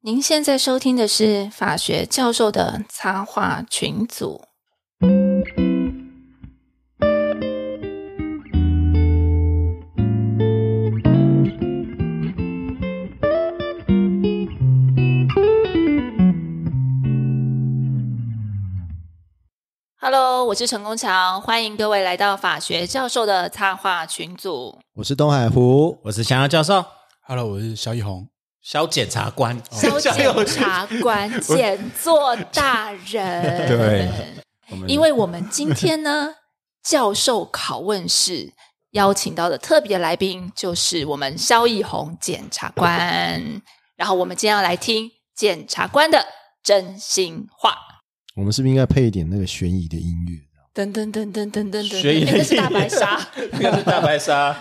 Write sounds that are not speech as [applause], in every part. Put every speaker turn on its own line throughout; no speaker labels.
您现在收听的是法学教授的插画群组。Hello，我是陈功强，欢迎各位来到法学教授的插画群组。
我是东海湖，
我是翔耀教授，
Hello，我是肖一红。
小检察官，
哦小检察官，检座大人。
对，
因为我们今天 [laughs] 呢，教授拷问室邀请到的特别来宾就是我们萧逸红检察官。然后我们今天要来听检察官的真心话。
我们是不是应该配一点那个悬疑的音乐？
噔噔噔噔噔噔噔，
悬疑
诶那是大白 [laughs] 鲨。
那个是大白鲨，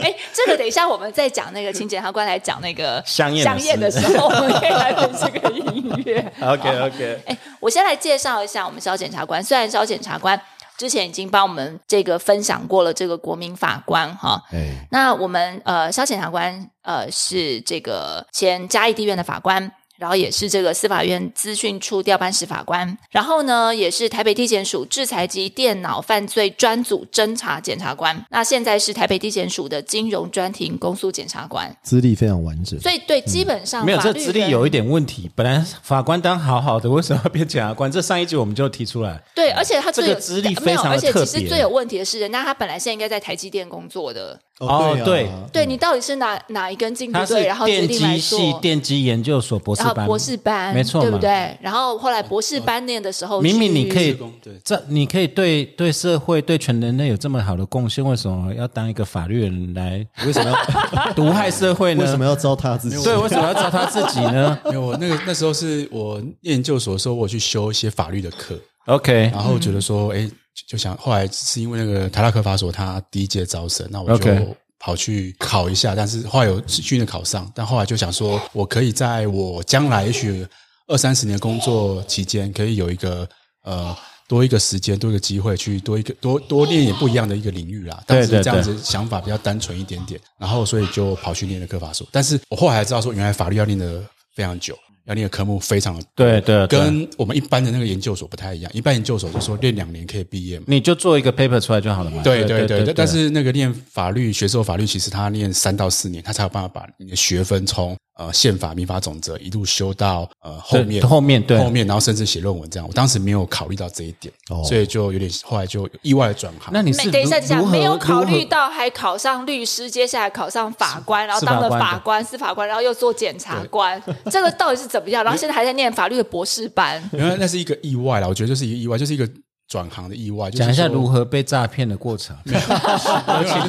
哎，这个等一下我们再讲那个，请检察官来讲那个
香艳的
香艳的时
事
候，我们可以来听这个音
[laughs]
乐。
OK OK，
哎，我先来介绍一下我们肖检察官。虽然肖检察官之前已经帮我们这个分享过了这个国民法官哈，
哎，
那我们呃肖检察官呃是这个前嘉义地院的法官。然后也是这个司法院资讯处调办室法官，然后呢，也是台北地检署制裁及电脑犯罪专组侦查检察官，那现在是台北地检署的金融专庭公诉检察官，
资历非常完整。
所以对基本上
没有
法
嗯这
律
资历
人
有一点问题。本来法官当好好的，为什么要变检察官？这上一集我们就提出来，
对，而且他最
这个
有
资历
没
非
有，
常的
而且
特
其实
别
最有问题的是，人家他本来现在应该在台积电工作的。
哦
啊
对
对你到底是哪哪一根筋
他
不
是
对，然后决
电
定来
机系
做，
电机研究所博士
然后
班，
博士班，
没错嘛
对不对？然后后来博士班念的时候去，
明明你可以
工对
这你可以对对社会对全人类有这么好的贡献，为什么要当一个法律人来
为什么要
毒害社
[laughs]
会呢？
为什么要糟蹋自己？
对，为什么要糟蹋自己呢
没有，我那个那时候是我念研究所的时候，我有去修一些法律的课，
？OK，
然后觉得说，哎、就就想后来是因为那个台大科法所他第一届招生，那我
OK
就跑去考一下，但是后来有幸运的考上，但后来就想说，我可以在我将来也许二三十年工作期间，可以有一个呃。多一个时间，多一个机会去多一个多多练也不一样的一个领域啦。当时
对对
这样
对
子想法比较单纯一点点，然后所以就跑去念了科法所。但是我后来才知道说，原来法律要练的非常久，要练的科目非常的多。
对对，对
跟我们一般的那个研究所不太一样，一般研究所就说练两年可以毕业嘛。
你就做一个 paper 出来就好了嘛。
对对对，但但是那个练法律、学授法律，其实他练三到四年，他才有办法把你的学分从呃宪法、民法总则一路修到呃后面
后面对
后面，然后甚至写论文这样。我当时没有考虑到这一点，
哦
所以就有点后来就意外地转行。
那你
没
是
等一下，等一下，
如何
没有考
如
虑
何
到还考上律师，接下来考上法官，然后当了
司法官
法官、司法官，然后又做检察官， [laughs] 这个到底是怎么样？然后现在还在念法律的博士班。
原来那是一个意外啦，我觉得就是一个意外，就是一个转行的意外。就是
讲一下
说
如何被诈骗的过程， [laughs] 请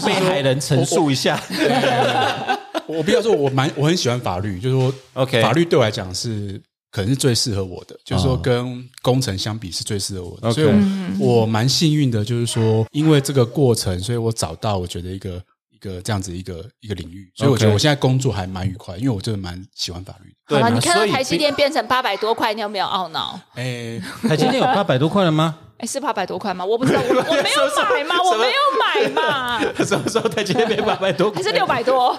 被害人陈述一下。
我必须要说，我蛮我很喜欢法律，就是说
OK
法律对我来讲是可能是最适合我的，就是说跟工程相比是最适合我的
OK
所以我我蛮幸运的，就是说因为这个过程，所以我找到我觉得一个一个这样子一个一个领域，所以我觉得
OK
我现在工作还蛮愉快，因为我真的蛮喜欢法律
好
[laughs]
的。
对
了，
嘛
你看到
所以
台积电变成八百多块，你有没有懊恼？
哎，
台积电有八百多块了吗？
哎，是八百多块吗？我不知道，我我没有买嘛，我没有买
[laughs]
嘛，
[laughs] 什么时候台积电变八百多
还是六百多？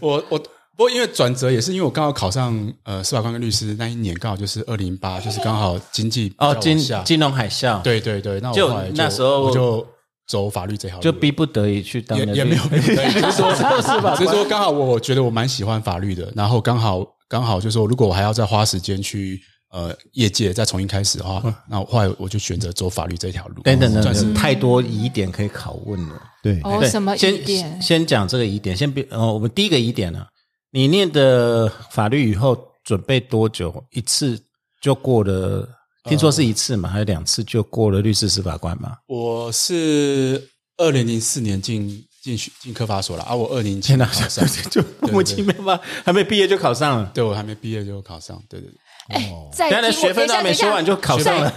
我我不过因为转折也是因为我刚好考上呃司法官跟律师那一年，刚好就是二零八，就是刚好经济比较
[laughs] 哦， [laughs] 金
往下
金融海啸，，
对对对，那我
就
后来就
那时候
我就走法律这条路
就
了，
逼不得已去当
也
了
也没有，
律
没有对就是说，
[laughs] 是吧
只是说刚好我我觉得我蛮喜欢法律的，然后刚好刚好就是说，如果我还要再花时间去呃业界再重新开始的话，那我后来我就选择走法律这条路。
嗯等等等
算是
等，太多疑点可以拷问了。
对，
哦，
对
什么疑
先
点？
先讲这个疑点，先别呃，我们第一个疑点呢、你念的法律以后准备多久？一次就过了？听说是一次
嗯
嘛，还有两次就过了律师司法官
[laughs]
嘛？
我是二零零四年进进学进科法所了，啊，我二零
天哪，
考
就
上，
就 [laughs]
对
莫名其妙吧，还没毕业就考上了。
对我还没毕业就考上，对对对。
哎，在
等一
听
下那学
我等
分
一下
都还没
等一下
修完就考上 [laughs] 了，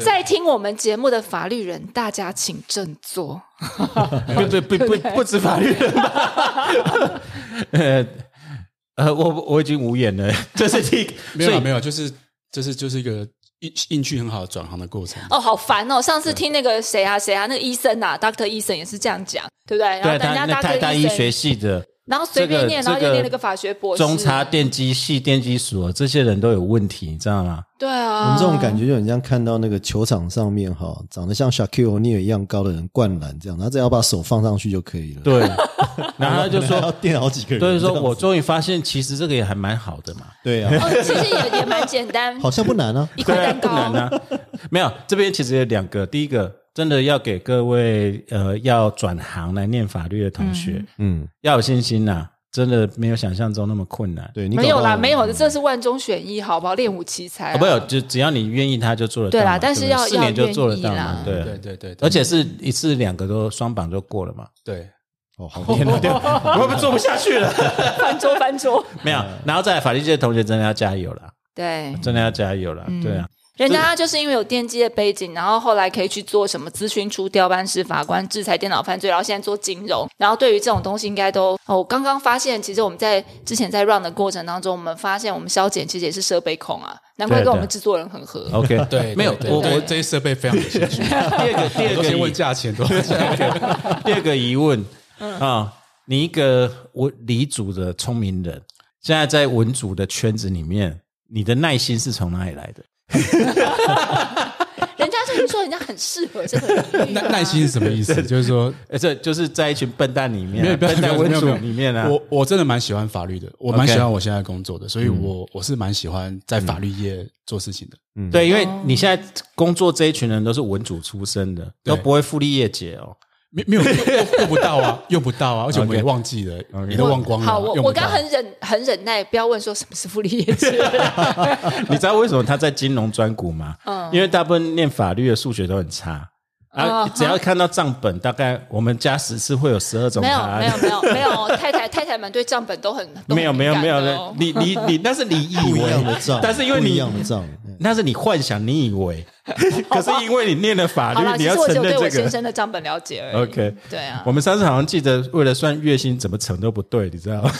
在听我们节目的法律人，大家请振作。
不不不不不止法律人吧？
[laughs]
[laughs] 呃呃，我我已经无言了， [laughs] 这是第一个，
没有
所
啦
以
没有，就是这是就是一个运运气很好的转行的过程。
哦，好烦哦！上次听那个谁啊谁啊，那个医生啊，Doctor 医生也是这样讲，对不对？然后
对
人
他
家
那台大
Doctor
医
医
学
生
系的，
然后随便念，
这
然
个
后就念了个法学博士，
中差电机系、电机所，这些人都有问题，你知道吗？
对啊，
我们这种感觉就很像看到那个球场上面哈，长得像 Shaquille O'Neal 一样高的人灌篮这样，他只要把手放上去就可以了。，
[laughs]
对，然后他就
要
说，
垫好几个人。
所以
这
说
样
我终于发现，其实这个也还蛮好的
[laughs]
嘛，
对啊，
[laughs]
哦，其实也也蛮简单，
好像不难啊。
一块蛋
不
糕，
难啊。没有，这边其实有两个，第一个真的要给各位呃要转行来念法律的同学，
嗯，
要有信心呐、真的没有想象中那么困难。
对你搞
没有啦，
到
没有，这是万中选一，好不好？练武奇才、
啊，
啊，
没有，就只要你愿意，他就做得到
对
嘛。
啦但是
不对
要
四
要
年就
愿
做得
意
到
啦
嘛，对啊。
对对对，对
而且是一次两个都双榜就过了嘛，
对
哦，好厉害
我们做不下去了。
翻桌翻
[laughs]
桌，
没有，然后再来法律界的同学真的要加油了，
对，
真的要加油了。对啊，
人家就是因为有电机的背景，然后后来可以去做什么咨询处、调班师、法官、制裁电脑犯罪，然后现在做金融，然后对于这种东西应该都哦，我刚刚发现，其实我们在之前在 run 的过程当中，我们发现我们肖简其实也是设备控啊，难怪
对哦
跟我
对
们制作人很合。
OK，
对 [laughs] 对，
没有
对
我
对
我
对这些设备非常有兴趣，
第二个第
我
二
都
个
先
疑
问价
[laughs]
钱多少钱。
第二个疑问啊，你一个我理组的聪明人，现在在文组的圈子里面，你的耐心是从哪里来的？
人家就是说人家很适合这个领域、
[laughs] 耐
啊，
耐心是什么意思？就是说，
呃，这就是在一群笨蛋里面、
没有
啊，
不要
笨
不要
蛋
没
文
有没
组
有
里面啊，
我我真的蛮喜欢法律的，我蛮
OK 嗯
喜欢我现在工作的，所以我我是蛮喜欢在法律业做事情的。
对，因为你现在工作这一群人都是文组出身的，
对
都不会复利业解哦。
没没有用用不到啊，用
[laughs]
不到啊，而且我们也忘记了，也都忘光了啊。
好，我
用不
我
到
刚很忍很忍耐，不要问说什么是复利业绩，
[laughs] 你知道为什么他在金融专股吗？
嗯
因为大部分念法律的数学都很差。啊，
哦
只要看到账本，大概我们加十次会有十二种
没
答
有
[laughs] 案。
没有没有没有，太太太太们对账本都很都很
没有没有
敏
没有
感的
的
哦，
你你你，那是你以
不一样
为，
的账，
但是因为
不一
你
样的账，
[laughs]
嗯
那是你幻想，你以
[laughs]
为，可是因为你念了法
好啦，
律，
其实
你要
我只有
承
对
认
我
这
先
个。
生的账本了解而已。
[laughs] OK，
对啊
我，们上次好像记得，为了算月薪怎么乘都不对，你知道吗？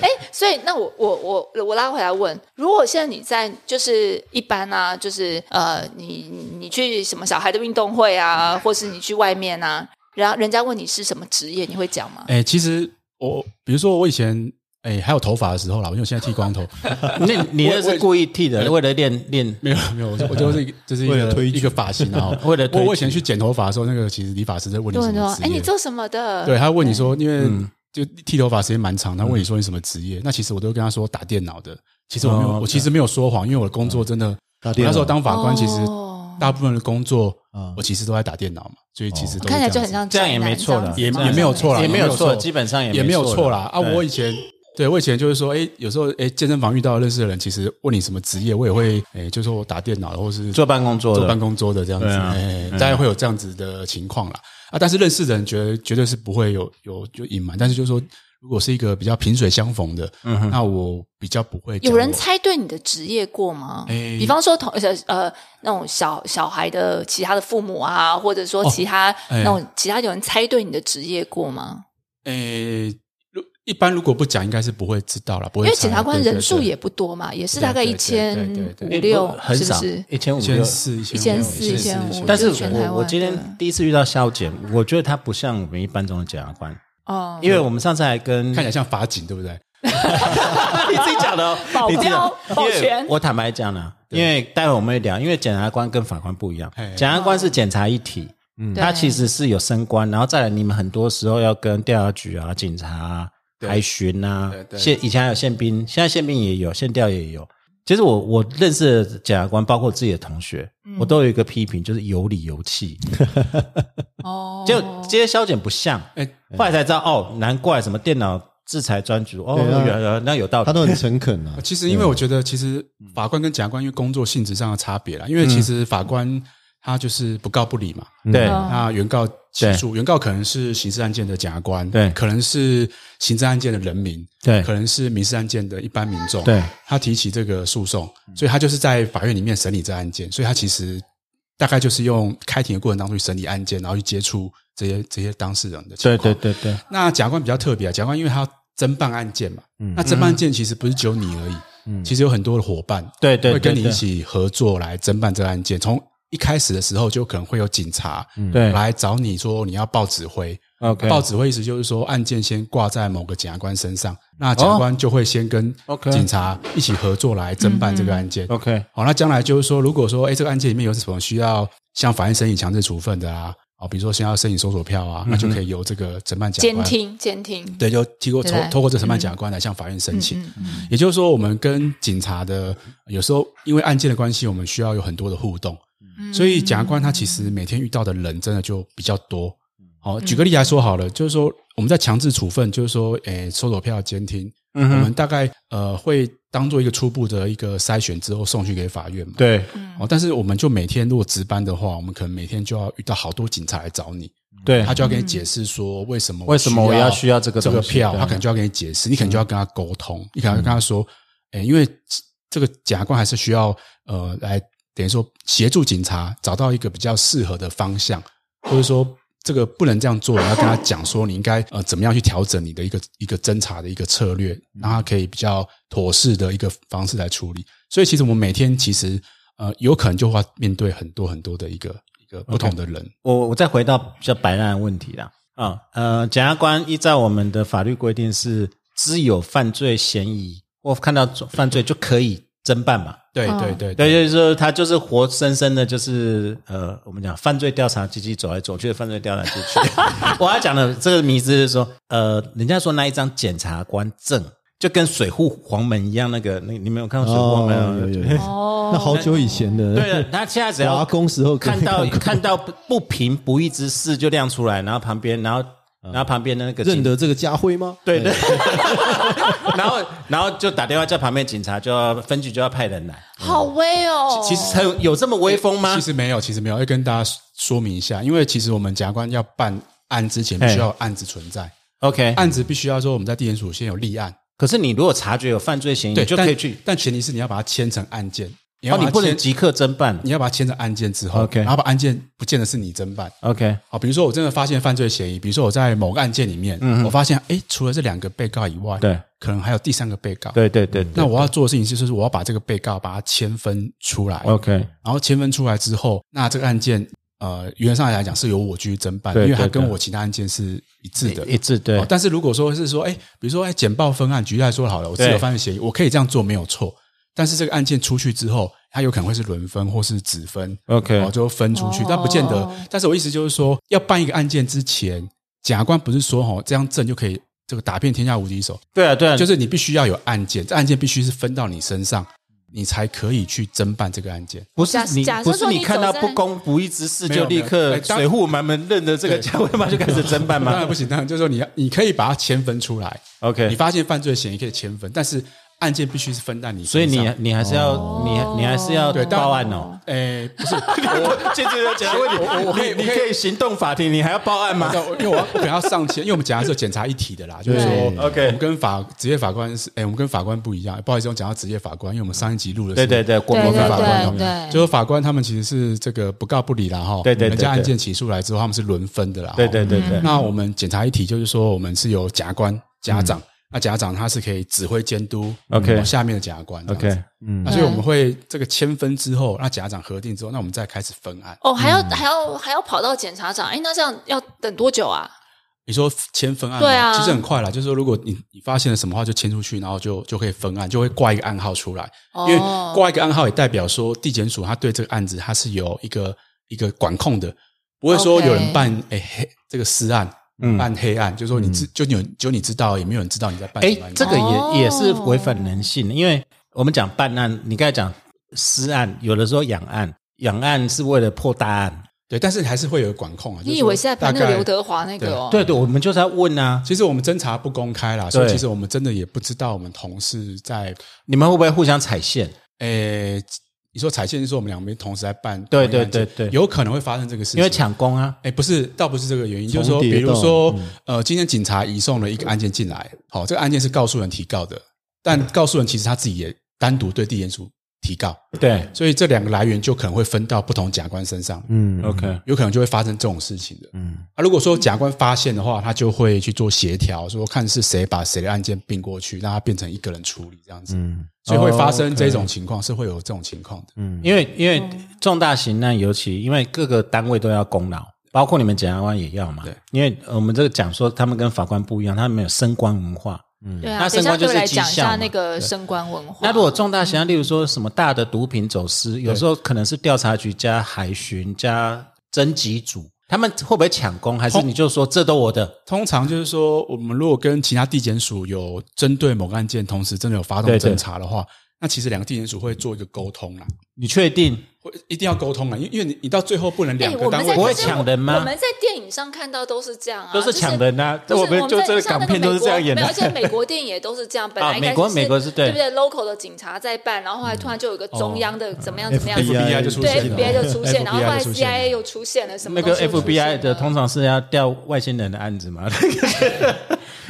哎，所以那我我我我拉回来问，如果现在你在就是一般啊，就是呃，你你你去什么小孩的运动会啊，或是你去外面啊，然后人家问你是什么职业，你会讲吗？
哎、其实我比如说我以前哎、还有头发的时候啦，因为我现在剃
[laughs]
光头，
[laughs] 那你那是故意剃的，为了练练
没有没有，我就我就是一个就是一
为了
个
推举
一个发型啊。
[laughs] 为了推
我
举
我以前去剪头发的时候，那个其实理发师在问你什
对
么
啊
职，业，
哎，你做什么的？
对，他问你说，因为就剃头发时间蛮长，他问你说你什么职业，那其实我都跟他说打电脑的。其实我没有，
哦
我其实没有说谎，因为我的工作真的，
打
我
电
那时候
脑
当法官，其实
哦
大部分的工作
啊，
我其实都在打电脑嘛，所以其实
哦
都是
看起来就
这样
很
子
像
这样也
宅男
没错啦
这样子
也
吗
也没有错啦，
也没有
错
错，基本上也
也没有错啦。啊，
对
我以前对我以前就是说，哎，有时候哎，健身房遇到认识的人，其实问你什么职业，我也会哎，就说我打电脑或是
坐办公桌
坐办
的，
公桌的这样子，
对啊
哎，
嗯
大概会有这样子的情况啦。啊，但是认识的人绝绝对是不会有有有隐瞒，但是就是说，如果是一个比较萍水相逢的，
嗯
那我比较不会讲
有人
我
猜对你的职业过吗？
哎
比方说同呃呃那种小小孩的其他的父母啊，或者说其他、那
哎
种其他有人猜对你的职业过吗？
诶，哎如一般如果不讲，应该是不会知道啦，不
因
会
为
猜。
检察官
对对
人数
对
也不多嘛，也是大概
对
一
对
千
对对
五
对
六，
很
是不
少
是，？
一千五
一千四、一
一千四、
六
一千五，
但是
就是全台湾
我我今
对
天第一次遇到肖检，我觉得他不像我们一般中的检察官，
哦，
因为我们上次还跟
看起来像法警，对不对？
嗯
[laughs]
你自己讲的哦，
保
你自己讲
镖保
因为
全
我坦白讲呢、因为待会我们会聊，因为检察官跟法官不一样
嘿，
检察官是检察一体，
嗯
他
对
其实是有升官，然后再来你们很多时候要跟调查局啊、警察啊、
对
海巡啊
对，对
现以前还有宪兵，现在宪兵也有，宪调也有。其实我我认识的检察官，包括自己的同学，
嗯
我都有一个批评，就是有理有气。
哦，
就这些消检不像，
哎。
后来才知道哦，难怪什么电脑制裁专局哦，
对啊
原来那有道理
他。都很诚恳啊
其实，因为我觉得，其实
嗯
法官跟检察官因为工作性质上的差别啦，因为其实法官他就是不告不理嘛，
对
嗯
那啊原告起诉，原告可能是刑事案件的检察官，
对
可能是刑事案件的人民，
对
可能是民事案件的一般民众，
对，
他提起这个诉讼，所以他就是在法院里面审理这案件，所以他其实大概就是用开庭的过程当中去审理案件，然后去接触这些这些当事人的情
对
况，
对对对，
那检察官比较特别啊，检察官因为他要侦办案件嘛，
嗯
那侦办案件其实不是只有你而已，其实有很多的伙伴，
对嗯对对
会跟你
对
一起合作来侦办这个案
嗯
件。从一开始的时候，就可能会有警察，
对
来找你说你要报指挥，
OK
报纸会意思就是说，案件先挂在某个检察官身上，那检察官就会先跟
哦 OK 嗯
警察一起合作来侦办这个案件。
OK，
好，那将来就是说，如果说，哎，这个案件里面有什么需要向法院申请强制处分的啊，啊，比如说先要申请搜索票
嗯
啊，那就可以由这个侦办检察
监
官，
听监听，
对，就透过
对
透
吧
透过这个审判检察官来向法院申请。
嗯嗯
也就是说，我们跟警察的有时候因为案件的关系，我们需要有很多的互动，
嗯
所以检察官他其实每天遇到的人真的就比较多。好、举个例来说好了，就是说我们在强制处分，就是说，诶，搜索票监听，
嗯
我
哼
们大概呃会当做一个初步的一个筛选之后送去给法院嘛。
对
哦，但是我们就每天如果值班的话，我们可能每天就要遇到好多警察来找你，
对，
他就要给你解释说为什么
为什么我要需要这个
这个
东西
票，
对啊
他可能就要给你解释，你可能就要跟他沟通，你可能要跟他说，哎，因为这个检察官还是需要呃来等于说协助警察找到一个比较适合的方向，或者说。这个不能这样做，你要跟他讲说你应该呃怎么样去调整你的一个一个侦查的一个策略，让他可以比较妥适的一个方式来处理。所以其实我们每天其实呃有可能就会面对很多很多的一个一个不同的人。
我我再回到比较白烂的问题啦。啊、呃，检察官依照我们的法律规定是，知有犯罪嫌疑或看到犯罪就可以侦办嘛。
对
嗯
对对
对，就是说他就是活生生的，就是呃，我们讲犯罪调查机器走来走去的犯罪调查机器。
[laughs]
我要讲的这个迷思是说，呃，人家说那一张检察官证呃就跟水户黄门一样，那个那你们有看过水户黄门 [laughs] 吗？
哦，有有有，
哦
那好久以前的，
对啊了，他现在只要
华工时候可以
看到
看过
看到不不平不义之事就亮出来，然后旁边，然后然后旁边的那个警
嗯认得这个家辉吗？
对 [laughs] 对，然后然后就打电话叫旁边警察，就要分局就要派人来。
好威哦，
其实很有这么威风吗
其？实没有，其实没有，要跟大家说明一下，因为其实我们检察官要办案之前，必须要有案子存在，
OK，
案子必须要说我们在地检署先有立案，
可是你如果察觉有犯罪嫌疑，
对，
你就
但
嗯可以去。
但前提是你要把它签成案件，你要
哦，
把它
你不能
签
即刻侦办。
你要把它签成案件之后
OK
然后把案件不见得是你侦办。
OK，
好，比如说我真的发现犯罪嫌疑，比如说我在某个案件里面，我发现哎，诶除了这两个被告以外，
嗯对，
可能还有第三个被告，
对对对，
那我要做的事情就是，我要把这个被告把它签分出来。
OK
然后签分出来之后，那这个案件，呃，原则上来讲是由我去侦办，
对
因为它
对对
跟我其他案件是一致的。
一致对
哦，但是如果说是说，哎，比如说，哎，简报分案，举例来说好了，我自由
对
犯罪嫌疑，我可以这样做没有错。但是这个案件出去之后，它有可能会是轮分或是子分
OK
哦，就分出去，
哦
但不见得。但是我意思就是说，要办一个案件之前，检察官不是说哦，这样证就可以这个打遍天下无敌手，
对啊对啊，
就是是你必须要有案件，这案件必须是分到你身上，你才可以去侦办这个案件。
不是
假
你
假设
不是
说
你
你
看到
走
不
在
公不义之事
没有
就立
没有
刻
哎当
水户满门认得这个家 [laughs] 伙嘛就开始侦办
[laughs] 当
吗
然不行，当然就是说你要，你可以把它签分出来。
？OK，
你发现犯罪嫌疑可以签分，但是案件必须是分在你
所以
身上。
你你还是要、
哦
你你还是要
对当
报案
[laughs]
哦。
诶，哎不是，
我这这有检察问题，
我我可以
你
我可以
可以行动法庭，你还要报案吗？
因为我要我可能要上签，因为我们检察是有检察一体的啦，就是说
对
OK
我们跟法职业法官是，诶，哎我们跟法官不一样。不好意思，我们讲到职业法官，因为我们上一集录的
对
是
对对，国
对
民
国
对
民法官
对
哦
对，
就是法官他们其实是这个不告不理啦哈，
对对对
人家
对
案件起诉来之后，他们是轮分的啦，
对
哈
对对
嗯
对，
那我们检查一题就是说，我们是有甲官、家长，那家长他是可以指挥监督
嗯 OK
我们下面的甲官这样子
OK 嗯
那所以我们会这个签分之后，那家长核定之后，那我们再开始分案。
哦，还要
嗯
还要还要跑到检察长，哎，那这样要等多久啊？
你说签分案吗，
对啊
其实很快啦，就是说，如果你你发现了什么话，就签出去，然后就就可以分案，就会挂一个暗号出来。
哦
因为挂一个暗号也代表说，地检署他对这个案子他是有一个一个管控的，不会说
OK
有人办诶、黑这个私案，
嗯
办黑案，就说你知、就你有就你知道，也没有人知道你在办
哎
什么案，
这
子。
个也、
哦
也是违反人性的，因为我们讲办案，你刚才讲私案，有的时候养案，养案是为了破大案。
对，但是还是会有管控啊。就
你
是
以
说
为是在拍那
大
个
概
刘德华那个哦？
对对，我们就是要问啊，
其实我们侦查不公开啦，所以
对
其实我们真的也不知道我们同事在
你们会不会互相踩线？
诶，你说踩线是说我们两边同时在办同
对
一个案件，
对对对
有可能会发生这个事情，
因为抢功啊，
哎，不是，倒不是这个原因，就是说，
重叠
比如
到
说，
嗯
呃，今天警察移送了一个案件进来，好、这个案件是告诉人提告的，但告诉人其实他自己也单独对地检署提告，
对
所以这两个来源就可能会分到不同甲官身上，
嗯
，OK，
有可能就会发生这种事情的。
嗯，
啊，如果说甲官发现的话，他就会去做协调，说看是谁把谁的案件并过去，让他变成一个人处理这样子，
嗯
所以会发
哦
生
，OK
这种情况，是会有
哦
这种情况的。
哦
因为因为重大刑案，尤其因为各个单位都要功劳，包括你们检察官也要嘛
对，
因为呃我们这个讲说他们跟法官不一样，他们有升官文化。
对啊，
那
等一
升
下
官就
就是来
绩
讲一
效
下
嘛
那个升官文化。
那如果重大
嗯
刑案，例如说什么大的毒品走私，有时候可能是调查局加海巡加侦缉组，他们会不会抢功？还是你就说这都我的？
通常就是说，我们如果跟其他地检署有针对某个案件，同时真的有发动
对对
侦查的话，那其实两个地检署会做一个沟通啦，
你确定？
会一定要沟通啦，啊因为因为你你到最后不能
哎
两
我
个单
们
位
在
不会
可是
抢
我
人吗
我们在电影上看到都是这样啊，
都是抢人啊
就是
我们
就是
就这个
像那
港片都是这样演的
美国没有而且美国电影也都是这样。本来
啊
一开始
美国美国是对
对
嗯
不对？local 的警察在办，然后后来突然就有一个中央
哦
的怎么样怎么样
FBI
就出
对
现了
FBI 就出现，
FBI
然后后来
就出现了
CIA 又出现了，什么
那个
东西啊又出现
FBI 的
了
通常是要调外星人的案子
[laughs]
嘛？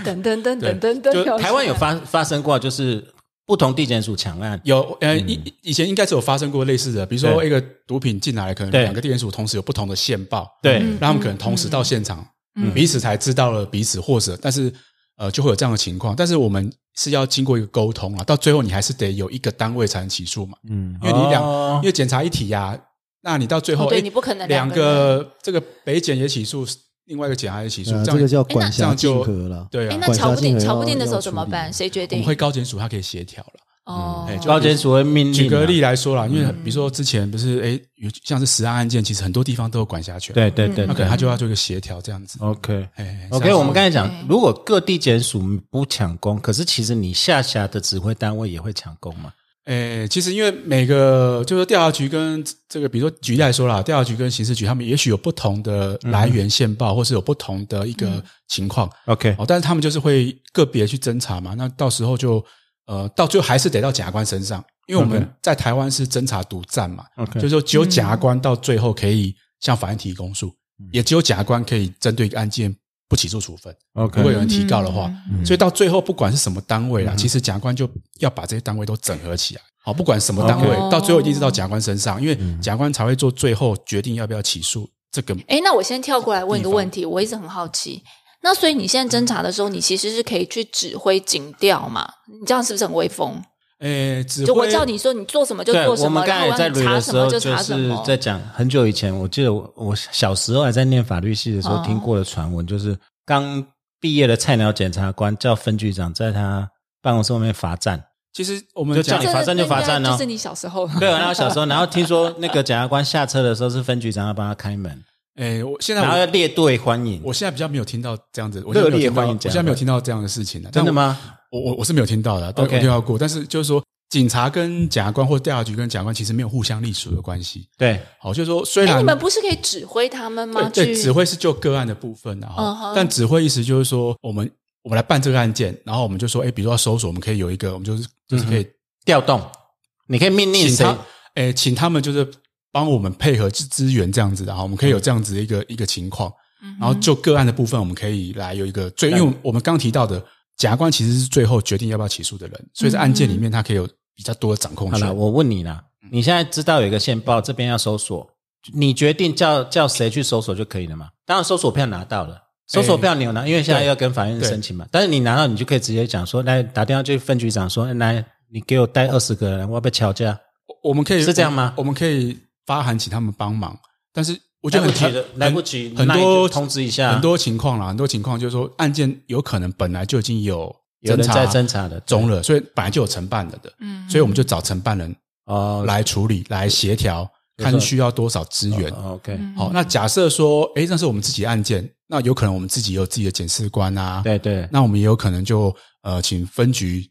等等等等等等，
就
有
台湾有
什么
发发生过，就是不同地检署抢案，
有呃，
嗯
以、以前应该是有发生过类似的，比如说
对
一个毒品进来，可能
对
两个地检署同时有不同的线报，
对
让他们可能同时到现场，
嗯
彼此才知道了彼此，或者但是呃就会有这样的情况，但是我们是要经过一个沟通啊，到最后你还是得有一个单位才能起诉嘛，
嗯，
因为你两、
哦
因为检察一体呀、那你到最后、
哦对
诶
你不可能两
两
个
个这个北检也起诉，另外一个检察也起诉，
对啊
这
这
样
个叫
诶那
管
这样
辖竞
就
合啦。
对
哎
啊，，
那瞧不定
管辖性也要
瞧不定的时候
要处
怎么
理
办？谁决
我
定
们？会高检署，它可以协调了。
哦
哎，就
高检署会命令、啊。
举个例，来说啦，因为比如说之前不是诶，有像是十案案件，其实很多地方都有管辖权，，
对对对
嗯
那可
对
能他就要做一个协调这样子。
，OK。
哎
OK，我们刚才讲
对，
如果各地检署不抢功，可是其实你下辖的指挥单位也会抢功嘛？
诶，其实因为每个就是调查局跟这个，比如说举例来说啦，调查局跟刑事局，他们也许有不同的来源线报，或是有不同的一个
嗯
情况
OK，
哦，但是他们就是会个别去侦查嘛。那到时候就呃，到最后还是得到检察官身上，因为我们
OK
在台湾是侦查独占嘛
OK
就是说只有检察官到最后可以向法院提供诉，
嗯
也只有检察官可以针对一个案件不起诉处分。
OK，
如果有人提告的话，
嗯
所以到最后不管是什么单位啦，
嗯
其实检察官就要把这些单位都整合起来。好，不管什么单位
OK
到最后一定是到检察官身上，因为
嗯
检察官才会做最后决定要不要起诉这个。
哎，那我先跳过来问一个问题，我一直很好奇。那所以你现在侦查的时候，你其实是可以去指挥警调嘛？你这样是不是很威风？
诶，指
就我
挥
叫你说你做什么就
对，
做什
我们
么，
刚
然
才
后
在
让你
re
查
的
什
时
么
候，
就
就
查什
是
么。
在讲很久以前，我记得我我小时候还在念法律系的时候
哦
听过的传闻，就是刚毕业的菜鸟检察官叫分局长在他办公室外面
[laughs]
罚站。
其实我们
就
讲
叫你罚站就罚站
这
哦
就是你小时候。
对，然后小时候，然后听说那个检察官下车的时候是分局长要帮他开门，
诶，我现在
然后要
我
列队欢迎。
我现在比较没有听到这样子，我现在
热
没有
烈
听到，
欢迎
我
检察官
现在没有听到这样的事情了。
真的吗？
我我我是没有听到的，啊但我
OK
听到过。但是就是说，警察跟检察官或调查局跟检察官其实没有互相隶属的关系。
对，啊
好，就是说
[laughs]
虽
哎，
然
你们不是可以指挥他们吗？
对对，
去
指挥是就个案的部分然
嗯哼
后，但指挥意思就是说，我们我们来办这个案件，然后我们就说，哎，比如说要搜索，我们可以有一个，我们就是就是可以
调动，你可以命令
请
谁
他？，哎，请他们就是帮我们配合支支援这样子的哈，我们
嗯
可以有这样子的一个一个情况，
嗯
然后就个案的部分，我们可以来有一个最，因为我们我们刚提到的检察官其实是最后决定要不要起诉的人，所以在案件
嗯
里面他可以有比较多的掌控
好了，
权。
我问你啦，
嗯
你现在知道有一个线报，这边要搜索，你决定叫叫谁去搜索就可以了嘛？当然，搜索票拿
哎
到了。搜索票你有拿，因为现在要跟法院申请嘛。但是你拿到，你就可以直接讲说，来打电话去分局长说，哎来，你给我带二十个人，我要被敲架。
我我们可以
是这样吗
我们可以发函请他们帮忙，但是
我
我觉得
来
很
不及
很
了，来不及，
很
那你
多
就通知一下，
很多情况啦，很多情况就是说，案件有可能本来就已经有
有人
侦查
在侦查的
中了，所以本来就有承办人的，
嗯
所以我们就找承办人
哦
来处理、来协调，
没错
看需要多少资源。
哦，OK，
嗯
好，那假设说，诶，那是我们自己的案件，那有可能我们自己有自己的检视官啊，
对对，
那我们也有可能就呃，请分局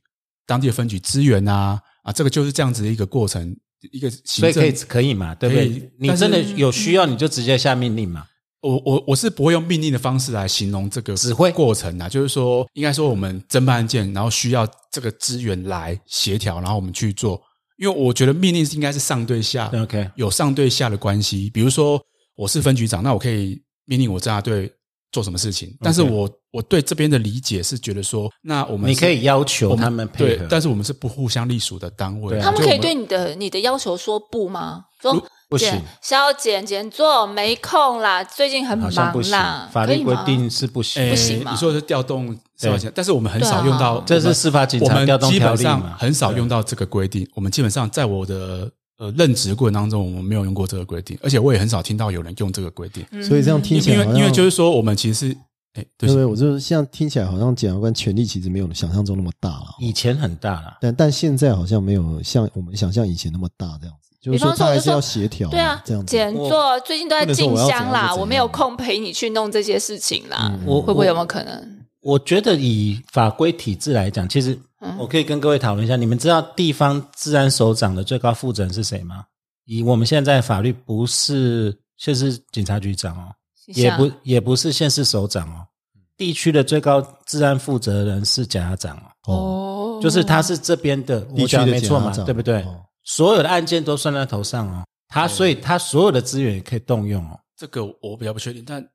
当地的分局支援啊，啊，这个就是这样子的一个过程，一个
所
行
以可以
政。
可以嘛，对不
可以
对？你
但是
真的有需要，你就直接下命令嘛。
我我我是不会用命令的方式来形容这个
指挥
过程啊，就是说，应该说我们侦办案件，然后需要这个资源来协调，然后我们去做。因为我觉得命令是应该是上对下，
OK，
有上对下的关系。比如说，我是分局长，那我可以命令我侦查队做什么事情，但是我我对这边的理解是觉得说，那我们
你
是
可以要求
我
他们配合
对，，但是我们是不互相隶属的单位，
对啊
他们
就
可以
我
对你的你的要求说不吗？说
不
姐
行
肖简简做没空啦，最近很
好像不
忙
行
啦，，
法
可
律
以
规
吗
定是不行。
诶
不行嘛
哎你说的是调动司法
对
警察，但是我们很少用到
对啊，
这是司法警
我
察
们
调动
基
条
本
例
上
嘛？
很少用到这个规定。我们基本上在我的呃任职过程当中，我们没有用过这个规定，而且我也很少听到有人用这个规
嗯
定，
所以这样听起
因
来
为
好像
因为就是说，我们其实是哎，
对不
对不起
对？我就是现在听起来好像检察官权力其实没有想象中那么大了，
以前很大啦，
但但现在好像没有像我们想象以前那么大这样子，就
比
是
方说我
他
就
还是
说
要协调，
对啊
这样，子。嗯
简座最近都在
或者说
进
我要怎
香
样
啦，
就怎
我没有
样
空陪你去弄这些事情啦，
哦
我
会不会
嗯我
有没有可能？
我觉得以法规体制来讲，其实
嗯
我可以跟各位讨论一下。你们知道地方治安首长的最高负责人是谁吗？以我们现在法律，不是县市警察局长哦，也不也不是县市首长哦，地区的最高治安负责人是检察长哦，
哦，
哦，
就是他是这边的，
地区
我讲
的
得没错嘛
检察，长
对不对
哦？
所有的案件都算在头上哦，他所以他所有的资源也可以动用哦。
这个我比较不确定，但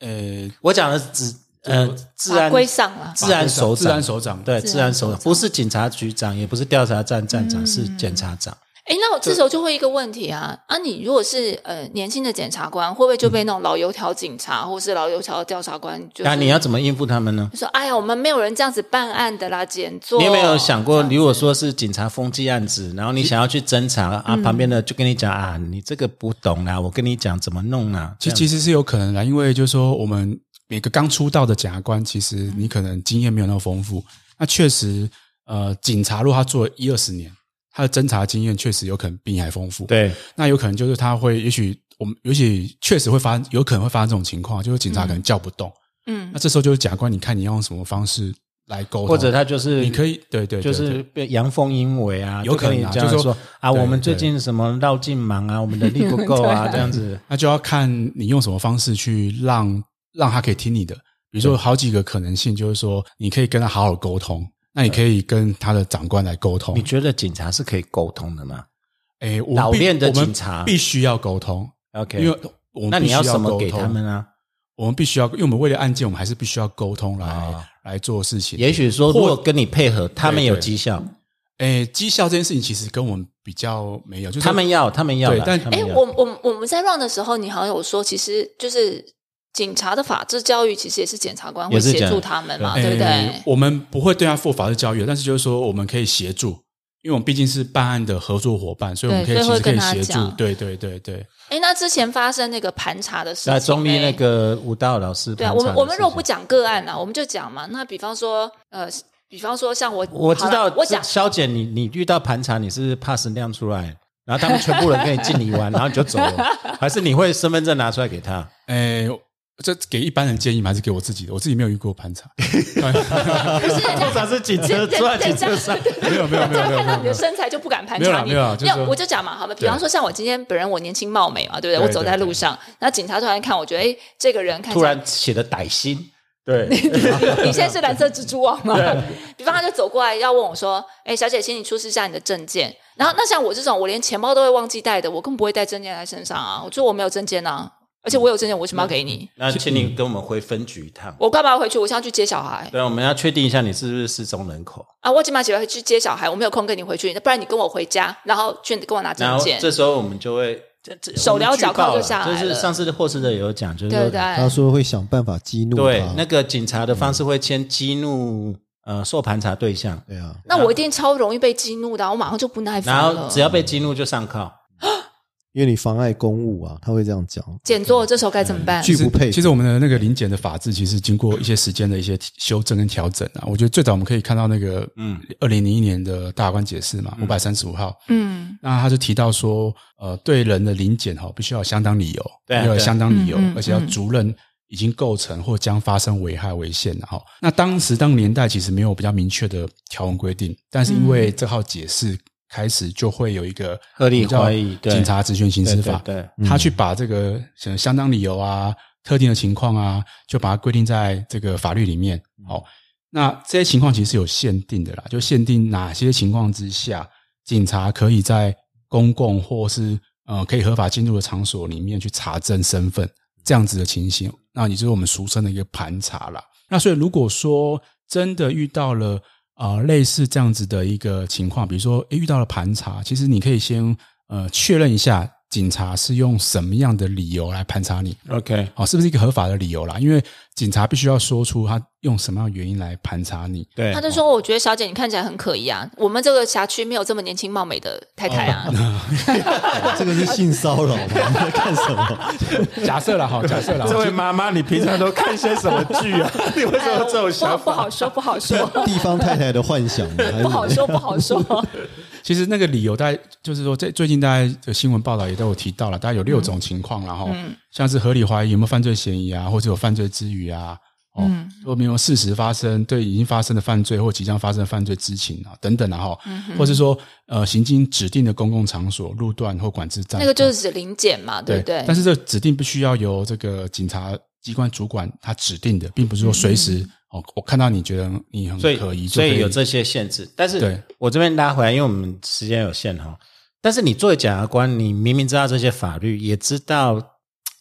呃，
我讲的只呃治
法
安
规上了，
治安首长，
治安首长
对，
治安
治安首
首
长
长
不是警察局长，也不是调查站站长，是检察长。
哎，那我这时候就会一个问题啊啊，你如果是呃年轻的检察官，会不会就被那种老油条警察、或是老油条调查官，就是、
嗯那你要怎么应付他们呢？
就说哎呀，我们没有人这样子办案的啦，检座，
你有没有想过，
这样
如果说是警察封记案子，然后你想要去侦查啊，旁边的就跟你讲啊，你这个不懂啦，我跟你讲怎么弄啦。
其
这样
其实是有可能的，因为就是说，我们每个刚出道的检察官，其实你可能经验没有那么丰富。那确实，呃，警察如果他做了一二十年，他的侦查经验确实有可能比你还丰富。，
对，
那有可能就是他会，也许我们，也许确实会发生，有可能会发生这种情况，就是警察可能叫不动。
嗯
那这时候就是检察官，你看你要用什么方式来沟通，
或者他就是
你可以对对对
就是被阳奉阴违啊，
有可能啊
就跟你这
就
样
是说
说啊，
对
我们最
对
近什么绕境忙啊，我们的力不够啊，
[laughs]
对啊
这样子。
那就要看你用什么方式去让让他可以听你的。比如说，好几个可能性，就是说你可以跟他好好沟通，那你可以跟他的长官来沟通
你。觉得警察是可以沟通的吗
诶，我们
老
必
练的
我们
警察
必须要沟通，
？OK，
因为我们
那
必
你
须
要什
沟
么
通
给他们？啊？
我们必须要，因为我们为了案件，我们还是必须要沟通来、
啊
来做事情。
也许说，如果跟你配合，他们有
对对
绩效，
诶，绩效这件事情其实跟我们比较没有，就是
他们要，他们要啦，
对但
他
哎、
们要
我我我们在 run 的时候，你好像有说，其实就是警察的法治教育，其实也是检察官会
也是
协
这样
助他们嘛，
诶
啊对不对？
我们不会对他负法律教育，但是就是说我们可以协助，因为我们毕竟是办案的合作伙伴，所以我们可
对
以其
所以
实可以
会跟他
协助。
讲
对对对对，
哎，那之前发生那个盘查的事情，
在中立那
哎
个舞蹈老师
对啊，
盘
我
查
们
的
我们如果不
事情，
讲个案啊，我们就讲嘛。那比方说，呃，比方说像我，
我知
好
道
了，我讲
肖姐，你你遇到盘查，你是不是 pass 亮出来，然后他们全部人跟你敬礼
[laughs]
完，然后你就走了，还是你会身份证拿出来给他？
诶，这给一般人建议吗？还是给我自己的？我自己没有遇过
[laughs]
盘查，
不是人
[laughs] 通
家
常是警车坐在警
[laughs]
车上，
没有没有没有没
看到
有
你
没
的 [laughs]
有。
身材就不敢盘
没有啦
查你。
没有啊啦就是说
我就讲嘛，好吧。比方说，像我今天本人我年轻貌美嘛，对不对？
对
我走在路上，那警察突然看，我觉得哎，这个人看起
突
来
然写的歹心，
[laughs]
对，
你现在是蓝色蜘蛛网吗？比方他就走过来要问我说：“哎、小姐，请你出示一下你的证件。”然后那像我这种，我连钱包都会忘记带的，我更不会带证件在身上啊。我说我没有证件
嗯
啊，而且我有证件，我为什么要给你？
那请你跟我们回分局一趟。
我干嘛要回去？我现在要去接小孩
对，我们要确定一下你是不是失踪人口。
啊！我今晚起来去接小孩，我没有空跟你回去，不然你跟我回家，然后去跟我拿
然
证
后
件。
这时候我们就会这这
手镣脚铐就下来了
我们举报就是上次的霍士德有讲，就是
对
说
不对？啊
他说会想办法激怒
对
他，
那个警察的方式会先激怒呃受盘查对
嗯
象，
对啊，
那我一定超容易被激怒的啊、我马上就不耐烦
然后
了。
只要被激怒就上铐。
因为你妨碍公务啊，他会这样讲。
简座这时候该怎么办？
拒不配合
其实我们的那个临检的法制，其实经过一些时间的一些修正跟调整啊。我觉得最早我们可以看到那个，嗯
嗯，
二零零一年的大法官解释嘛，五百三十五号，
嗯，
那他就提到说，呃，对人的临检哈，必须要有相当理由，
对啊
要有相当理由
嗯嗯，
而且要足认已经构成或将发生危害危险哈。那当时当年代其实没有比较明确的条文规定，但是因为这号解释开始就会有一个
嗯合理怀疑
比较
对
警察职权
嗯
行使法，
对对
他去把这个呃相当理由啊、特定的情况啊，就把它规定在这个法律里面。好、那这些情况其实是有限定的啦，就限定哪些情况之下，警察可以在公共或是呃可以合法进入的场所里面去查证身份，这样子的情形。那也就是我们俗称的一个盘查啦。那所以如果说真的遇到了啊类似这样子的一个情况，比如说诶遇到了盘查，其实你可以先呃确认一下警察是用什么样的理由来盘查你，
对，OK。
哦，是不是一个合法的理由啦？因为警察必须要说出他用什么样的原因来盘查你。
对
他就说：“我觉得小姐你看起来很可疑啊，我们这个辖区没有这么年轻貌美的太太啊。
哦
这个是性骚扰吗？你在干什么？
假设了哈，假设了，
这位妈妈，你平常都看些什么剧啊？ [laughs] 你为
[laughs]
什
哎
么这种
不好
想
不
法？
好说，不好
[laughs]
说，
[laughs] 地方太太的幻想
[laughs]
吗？还是
不好说，不好说。
其实那个理由大概就是说，在最近大家的新闻报道也都有提到了，大概有六种情况啦，然后、
嗯
像是合理怀疑有没有犯罪嫌疑啊，或者有犯罪之余啊，哦，
嗯
若没有事实发生，对已经发生的犯罪或即将发生的犯罪知情啊等等啊，哈、
嗯
或是说呃行经指定的公共场所、路段或管制站，啊
那个就是指零检嘛，对不对？
但是这指定必须要由这个警察机关主管他指定的，并不是说随时、
嗯
哦，我看到你觉得你很
所以
可疑，
所
就可
以有这些限制。但
对
是我这边拉回来，因为我们时间有限哈。但是你作为检察官，你明明知道这些法律，也知道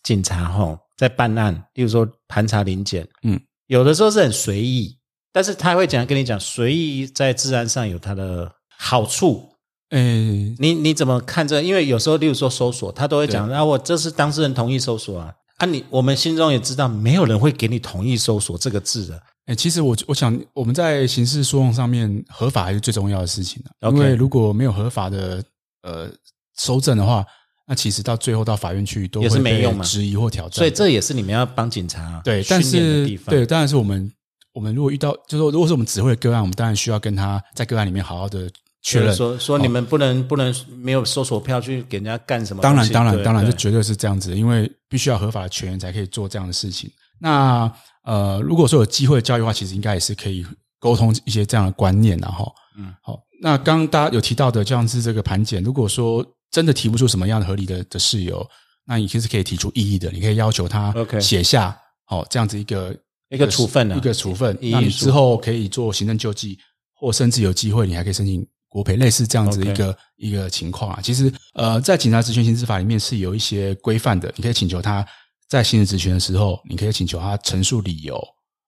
警察吼在办案，例如说盘查临检，
嗯，
有的时候是很随意，但是他会讲跟你讲，随意在治安上有它的好处。
诶、
你你怎么看这个因为有时候，例如说搜索，他都会讲，啊，我这是当事人同意搜索啊。啊你，我们心中也知道，没有人会给你“同意搜索”这个字的。
哎、其实我我想我们在刑事诉讼上面，合法还是最重要的事情、啊、
OK
因为如果没有合法的呃收证的话，那其实到最后到法院去都
也
会
是没
被
用嘛
质疑或挑战。
所以这也是你们要帮警察
对，
训
但
练的
是
地方。
对，当然是我们我们如果遇到，就是说如果是我们指挥的个案，我们当然需要跟他在个案里面好好的确
就是
认。
说说你们不能、不能没有搜索票去给人家干什么东
当
西？
然，当然，
对
当然，
对
这绝对是这样子，因为必须要合法的权人才可以做这样的事情。那呃，如果说有机会教育的话，其实应该也是可以沟通一些这样的观念，然后，嗯，好。那刚刚大家有提到的，像是这个盘检，如果说真的提不出什么样的合理的的事由，那你其实可以提出异议的，你可以要求他
OK
写下好这样子一个
一个处分啊
一个处分。
异议
那你
书
之后可以做行政救济，或甚至有机会你还可以申请国赔，类似这样子
OK
一个一个情况啊。其实呃，在警察职权刑事法里面是有一些规范的，你可以请求他在行使职权的时候，你可以请求他陈述理由。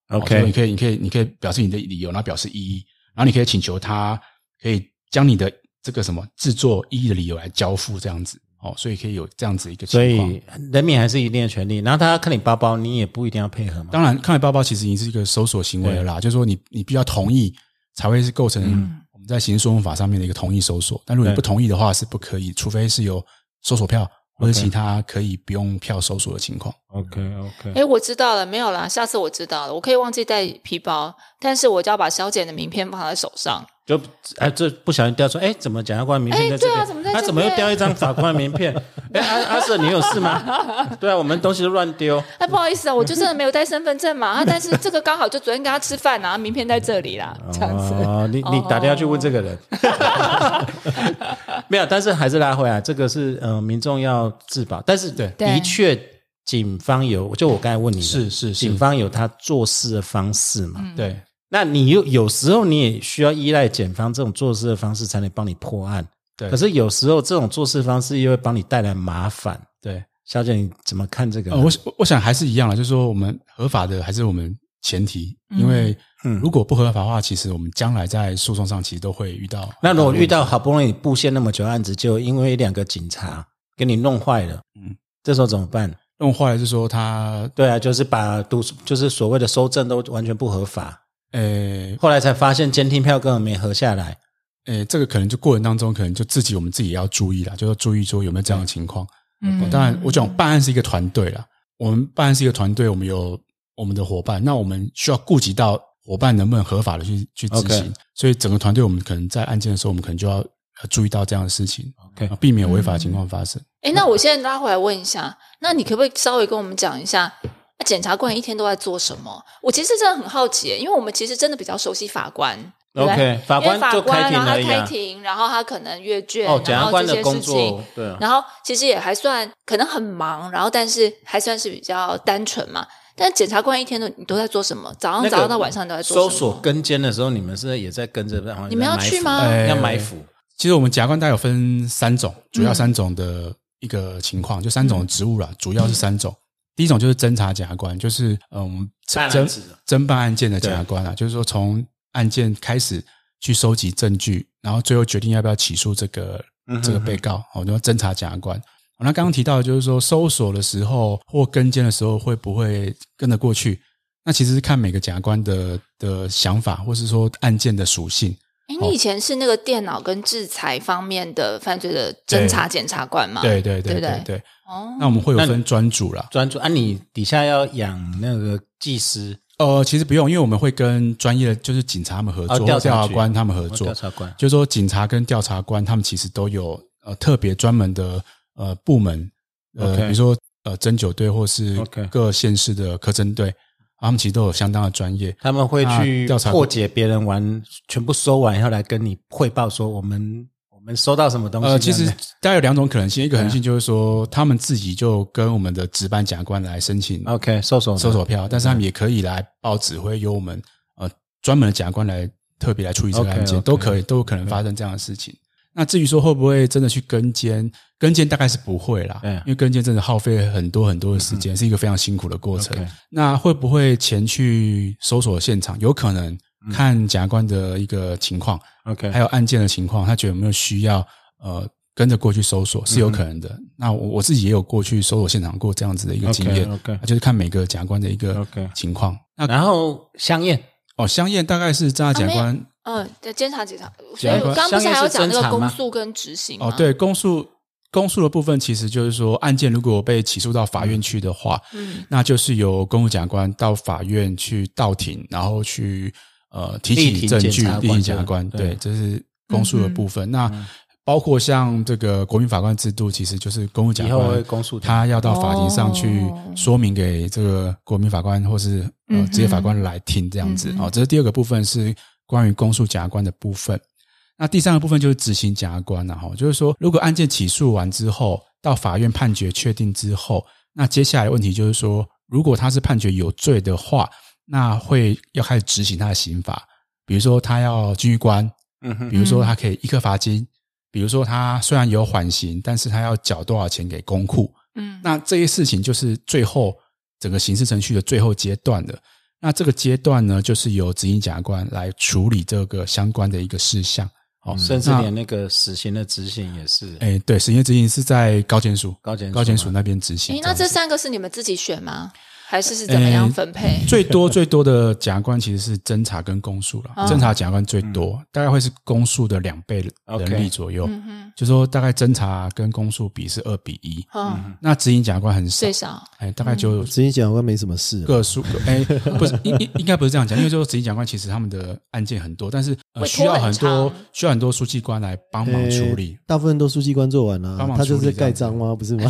哦所以你
OK，
可以，你可以，你可以表示你的理由，然后表示异议，然后你可以请求他可以将你的这个什么制作异议的理由来交付这样子。哦，所以可以有这样子一个
所
情况。
以人民还是一定的权利。然后他看你包包，你也不一定要配合嘛。
当然，看来包包其实已经是一个搜索行为了啦，就是说你你必须要同意才会是构成我们在刑事诉讼法上面的一个同意搜索。但如果你
嗯对
不同意的话是不可以，除非是有搜索票或者其他可以不用票搜索的情况。
OK OK，
哎，我知道了，没有啦，下次我知道了，我可以忘记带皮包，但是我就要把小姐的名片放在手上。
就哎这不小心掉出，哎怎么检察官名片在这
哎对啊
边？
怎么在
他
这
怎么又
边
掉一张法官名片？ [laughs] 哎阿阿 Sir 你有
[laughs]
事吗？对啊，我们东西都乱丢。
哎，不好意思啊，我就真的没有带身份证嘛，啊，但是这个刚好就昨天跟他吃饭啊，名片在这里啦，这样子。哦
哦，你你打电话去问这个人， [laughs] 没有，但是还是拉回来，这个是呃，民众要自保，但是对
对
的确，警方有，就我刚才问你的，
是是是
警方有他做事的方式嘛？
嗯
对，
那你又有时候你也需要依赖检方这种做事的方式，才能帮你破案。
对
可是有时候这种做事方式又会帮你带来麻烦。
对，
小姐，你怎么看这个呢？
呃，我想我想还是一样了，就是说我们合法的还是我们前提，因为
嗯
如果不合法的话，其实我们将来在诉讼上其实都会遇到。
那如果遇到好不容易布线那么久的案子，就因为两个警察给你弄坏了，嗯
嗯，
这时候怎么办？
弄坏了，就是说他
对啊，就是把读就是所谓的收证都完全不合法，
呃
后来才发现监听票根本没合下来。
诶，这个可能就过程当中，可能就自己我们自己也要注意啦，就要注意说有没有这样的情况。
嗯
当然，我讲办案是一个团队啦，我们办案是一个团队，我们有我们的伙伴，那我们需要顾及到伙伴能不能合法的去去执
OK
行。所以整个团队，我们可能在案件的时候，我们可能就要呃注意到这样的事情
哦
OK
啊避免违法的情况发生。
哎，那我现在拉回来问一下，那你可不可以稍微跟我们讲一下，那检察官一天都在做什么？我其实真的很好奇，因为我们其实真的比较熟悉法官。对不对
OK，法官
因为
就开
然
庭
后
而
他
已
开
啊
庭，然后他可能阅卷，
哦，检察官
然
的
后这
工
些事情
作，，对啊，
然后其实也还算可能很忙，然后但是还算是比较单纯嘛。但检察官一天都你都在做什么？早上
那个
早上到晚上都在做
搜
什么
索跟监的时候，你们是也在跟着，
你们要去吗
在埋伏
哎
要埋伏。
其实我们甲官大概有分三种，
嗯
主要三种的一个情况，就三种职务啦，主要是三种。第一种就是侦查检察官，就是嗯，
嗯办
侦
案子
侦侦办案件的检察官啊，就是说从案件开始去收集证据，然后最后决定要不要起诉这个
嗯哼
这个被告，哦，就侦查检察官。哦那刚刚提到的就是说搜索的时候或跟监的时候会不会跟得过去？那其实是看每个检察官的的想法，或是说案件的属性。
哎，你以前是那个电脑跟制裁方面的犯罪的侦查检察官
啊
嘛？
对对对
对不
对
对
对。
哦，
嗯
那我们会有分专组啦。
专注啊，你底下要养那个技师
呃，其实不用，因为我们会跟专业的就是警察们合
啊
作，
调查
调查
局哦
官他们合
调
作。
查官，
就是说，警察跟调查官他们其实都有呃特别专门的呃部门，呃
OK
比如说呃侦九队或是
OK
各县市的科侦队，他们其实都有相当的专业。
他们会去
啊调查
破解别人玩，全部收完以后来跟你汇报说我们我们收到什么东西。
呃，其实
这样子
大概有两种可能性，一
啊
个可能性就是说，他们自己就跟我们的值班检察官来申请
OK 搜索
搜索票，但是他们也可以来报指挥，由我们呃专门的检察官来特别来处理这个
OK，
案件
OK
都可以，都有可能发生这样的事情。那至于说会不会真的去跟监，跟监大概是不会啦，
对嗯
因为跟监真的耗费很多很多的时间，是一个非常辛苦的过程。
OK
那会不会前去搜索现场？有可能
嗯
看检察官的一个情况，
OK
还有案件的情况，他觉得有没有需要呃跟着过去搜索
嗯
是有可能的。那我我自己也有过去搜索现场过这样子的一个经验啊
OK，OK
就是看每个检察官的一个
OK
情况。那
然后香艳
哦，香艳大概是侦查检察官、
嗯，对，监察检察，所以
检察官
我刚刚不是还有讲那
相应是
个
侦查吗
公诉跟执行吗
哦，，对公诉公诉的部分，其实就是说案件如果被起诉到法院去的话，
嗯，
那就是由公务检察官到法院去到庭，然后去呃提
力
起
挺
证
检
据
察，
立
官
即
这
检察
样
官。
对嗯
对，这是公诉的部分。那包括像这个国民法官制度，其实就是公务检
以
察
后会
官
公诉
他要到法庭上去
哦
说明给这个国民法官或是呃
嗯哼
职业法官来听这样子
嗯。哼
哦，这是第二个部分是关于公诉检察官的部分。那第三个部分就是执行检察官了、啊、哈，就是说，如果案件起诉完之后，到法院判决确定之后，那接下来的问题就是说，如果他是判决有罪的话，那会要开始执行他的刑罚，比如说他要军狱关，
嗯哼
比如说他可以一颗罚金，比如说他虽然有缓刑，但是他要缴多少钱给公库，
嗯，
那这些事情就是最后整个刑事程序的最后阶段了。那这个阶段呢，就是由执行检察官来处理这个相关的一个事项。好、
哦甚至
那
连那个死刑的执行也是
嗯哎，对，审验执行是在高检署，
高检署
高检署
嘛
那边执行
诶，。
样
那这
子
三个是你们自己选吗？还是是怎么样分配？
最多最多的检察官其实是侦查跟公诉了，
哦
侦查检察官最多，大概会是公诉的两倍人
OK
力左右，
嗯哼，
就说大概侦查跟公诉比是二比一、
嗯，
那执行检察官很少
最，少嗯
哎，大概就
执行检察官没什么事啊，
个数个，哎，不是应应应该不是这样讲，因为就是执行检察官其实他们的案件很多，但是、呃、
会拖
需要很多
很长
需要很多书记官来帮忙处理。
呃大部分都书记官做完了
帮，忙
他就是
处理这
盖
样子
章
[laughs]
吗？不是吗？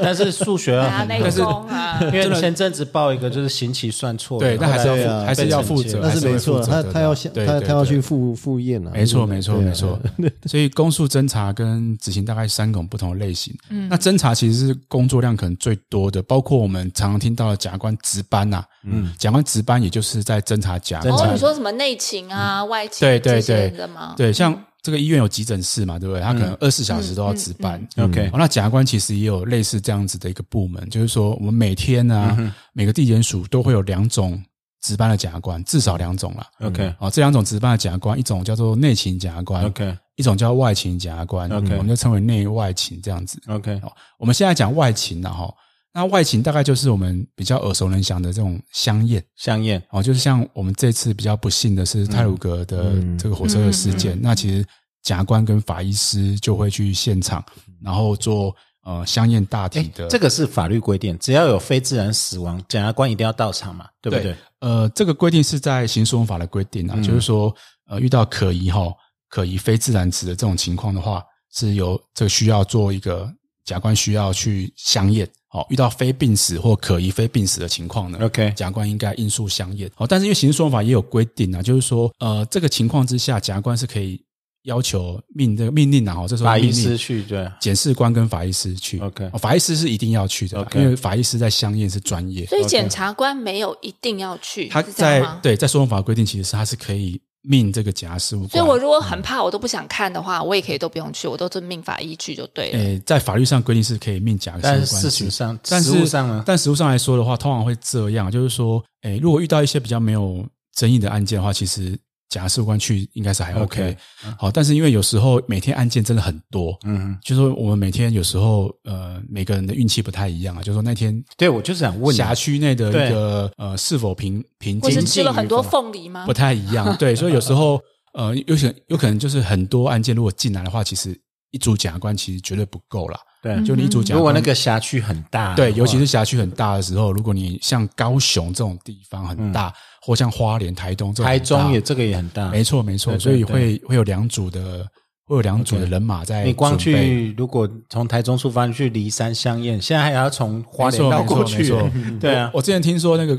但是数学要很
内
好
功 [laughs] 啊，
因为前阵子报一个就是刑期算错了，
对但还是要负
后来
还是要
被惩
负
戒
[laughs]
责
那是没错，
还是会负
啊
责
他
的
他要先
对
他
对
他要
对
去赴赴宴啊。
没错，
对
没错，
对啊
没
[laughs]
错。所以公诉、侦查跟执行大概三种不同的类型。嗯，那侦查其实是工作量可能最多的，包括我们常常听到的检察官值班呐、嗯，检察官值班也就是在侦查检察
侦
官
查
哦，你说什么内勤啊、外勤
对对
这些
对
的吗？
对，像这个医院有急诊室嘛，对不对？他
嗯
可能二十四小时
嗯
都要值班。
嗯 OK
哦那检察官其实也有类似这样子的一个部门，就是说我们每天呢、
嗯
每个地检署都会有两种值班的检察官，至少两种啦。
OK
哦，这两种值班的检察官，一种叫做内勤检察官
OK
一种叫外勤检察官嗯
OK
我们就称为内外勤这样子。
OK
哦，我们现在讲外勤了哈，那外勤大概就是我们比较耳熟能详的这种香艳。
香艳
哦，就是像我们这次比较不幸的是
嗯
泰鲁格的这个火车的事件，那其实检察官跟法医师就会去现场，然后做呃香艳大体的、
嗯这个是法律规定，只要有非自然死亡，检察官一定要到场嘛，对不对？
呃，这个规定是在刑事诉讼法的规定
嗯
啊，就是说呃遇到可疑哈、可疑非自然死的这种情况的话，是由这个需要做一个检察官需要去相验。哦，遇到非病死或可疑非病死的情况呢
OK
检察官应该因数相验。哦，但是因为刑事诉讼法也有规定啊，就是说，呃，这个情况之下，检察官是可以要求命这个命令啊，哦，这时候
法医
命令
师去对
检视官跟法医师去。
OK
哦法医师是一定要去的啦
OK
因为法医师在相验是专业。
所以检察官没有一定要去，
哦他
是这样
在
吗？
对在诉讼法规定，其实是他是可以命这个检察事务官。
所以我如果很怕，我都不想看的话，我也可以都不用去，我都遵命法依据就对了。
诶，在法律上规定是可以命检察
但
事
是
务官
事
去
实，上，
但
实
是
务上呢？
但实务上来说的话，通常会这样，就是说，诶，如果遇到一些比较没有争议的案件的话，其实检察事务官去应该是还 OK
OK，。
好，但是因为有时候每天案件真的很多，
嗯，
就是说我们每天有时候呃每个人的运气不太一样啊，就是说那天
对我就是想问你
辖区内的
对
一个呃是否平平
或
均
是
性
吃了很多
与否
凤梨吗
不？太
[laughs]
一样，对，所以有时候呃有可有可能就是很多案件如果进来的话，其实一组检察官其实绝对不够啦，
嗯
对，
就你一组检
如
察
果
官
那个辖区很大的话，
嗯对，尤其是辖区很大的时候，如果你像高雄这种地方很大，或像花莲、台东这种很
嗯
大
台中也这个也很大，
没错没错，
对对
所以
对
会会有两组的会有两组的人马在
你光
准备
去，如果从台中出发去离山香宴，现在还要从花
没
莲
错
到
没
过
错没
去
错，，
[laughs] 对啊，
我之前听说那个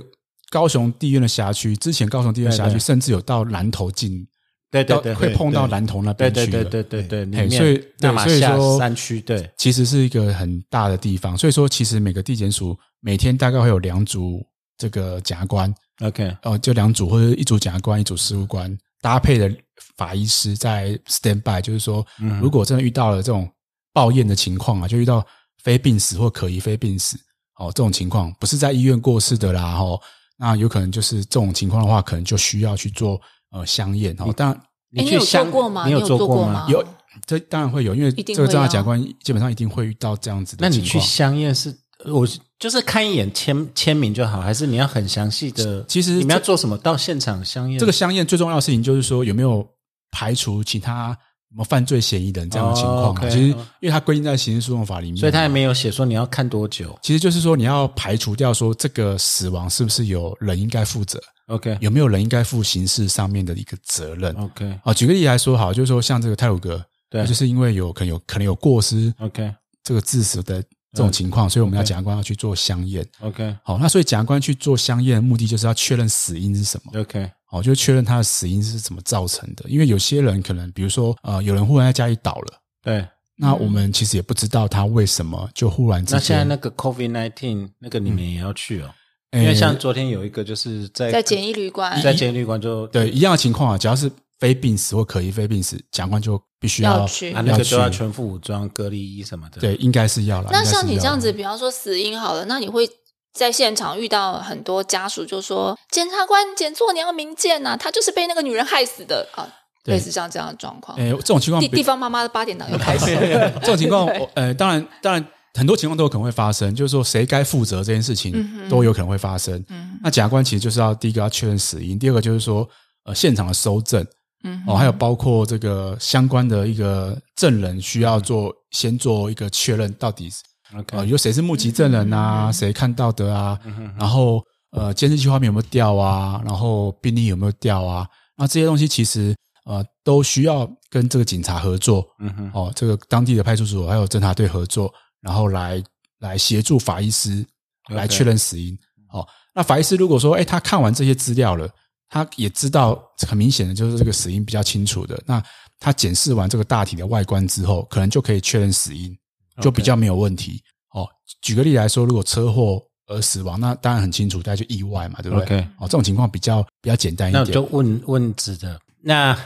高雄地院的辖区，之前高雄地院的辖
对
区
对
甚至有到南投进，
对对
到
对，
会碰到南投那
对
边
对
去
对
的。
对对对，里
嘿
面
所以
那
对，
马
所以
下
说
山区，对，
其实是一个很大的地方。所以说，其实每个地检署每天大概会有两组这个检察官，
OK，
哦，就两组或者一组检察官，一组事务官搭配的法医师在 stand by，就是说，
嗯
如果真的遇到了这种报验的情况啊，就遇到非病死或可疑非病死，哦，这种情况不是在医院过世的啦，哦，那有可能就是这种情况的话，可能就需要去做呃相验哦。当然
哎你
去
有做
香
过吗你
你有
有
做
做
过
过
吗
吗？
有这当然会有，因为
一定
这个
会
正大
啊
检察官基本上一定会遇到这样子的
那你
情
去
况。
香宴是，我是就是看一眼签签名就好，还是你要很详细的？
其实
你们要
这
做什么？到现场香宴
这个相验最重要的事情就是说有没有排除其他什么犯罪嫌疑人这样的情况、啊。
哦，OK，
其实
哦
因为它规定在刑事诉讼法里面嘛，
所以他也没有写说你要看多久。
其实就是说你要排除掉说这个死亡是不是有人应该负责，
OK
有没有人应该负刑事上面的一个责任。啊、
OK
举个例来说好，就是说像这个泰鲁格，
哦对
他就是因为有可能有可能有过失
OK
这个致死的这种情况，所以我们要
嗯 OK
检察官要去做相验。
OK
好，那所以检察官去做相验的目的就是要确认死因是什么。
OK
哦，就确认他的死因是怎么造成的。因为有些人可能，比如说，呃，有人忽然在家里倒了，
对。
那我们其实也不知道他为什么就忽然之
嗯那
间。哎
现在那个 COVID nineteen 那个你们也要去哦，
诶
因为像昨天有一个就是在
在简易旅馆
在监狱馆就
对一样的情况啊，只要是非病死或可疑非病死，检察官就必须要
要去
啊那个就要全副武装隔离衣什么的。
对，应该是要了。
那
应该是
像你
要
这样
啦
子，，比方说死因好了，那你会在现场遇到很多家属就说：“检察官，检座你要明鉴呐、他就是被那个女人害死的啊。”
对
类似像这样的状况，
诶，哎这种情况
地
比
地方妈妈的八点档又开始了。
[laughs] 这种情
[laughs]
况，我呃，当然，当然，很多情况都有可能会发生，就是说谁该负责这件事
嗯
情都有可能会发生。那检察官其实就是要第一个要确认死因，第二个就是说呃现场的搜证，
嗯
哦，还有包括这个相关的一个证人需要做先做一个确认，到底是呃
，OK，嗯
有谁是目击证人啊，谁看到的啊，然后呃监视器画面有没有掉啊，然后病历有没有掉啊，那这些东西其实呃都需要跟这个警察合作，
嗯哼，
哦，这个当地的派出所还有侦查队合作，然后来来协助法医师
OK
来确认死因。哦，那法医师如果说，哎，他看完这些资料了，他也知道很明显的就是这个死因比较清楚的，那他检视完这个大体的外观之后，可能就可以确认死因，就比较没有问题。哦，举个例来说，如果车祸而死亡，那当然很清楚，大家就意外嘛，对不对哎
OK
哦，这种情况比较比较简单一
那我
点。
就问问子的，那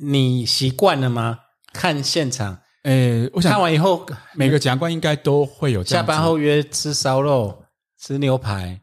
你习惯了吗？看现场，
诶，我想
看完以后，
每个检察官应该都会有这
下
样子
班后约吃烧肉、吃牛排、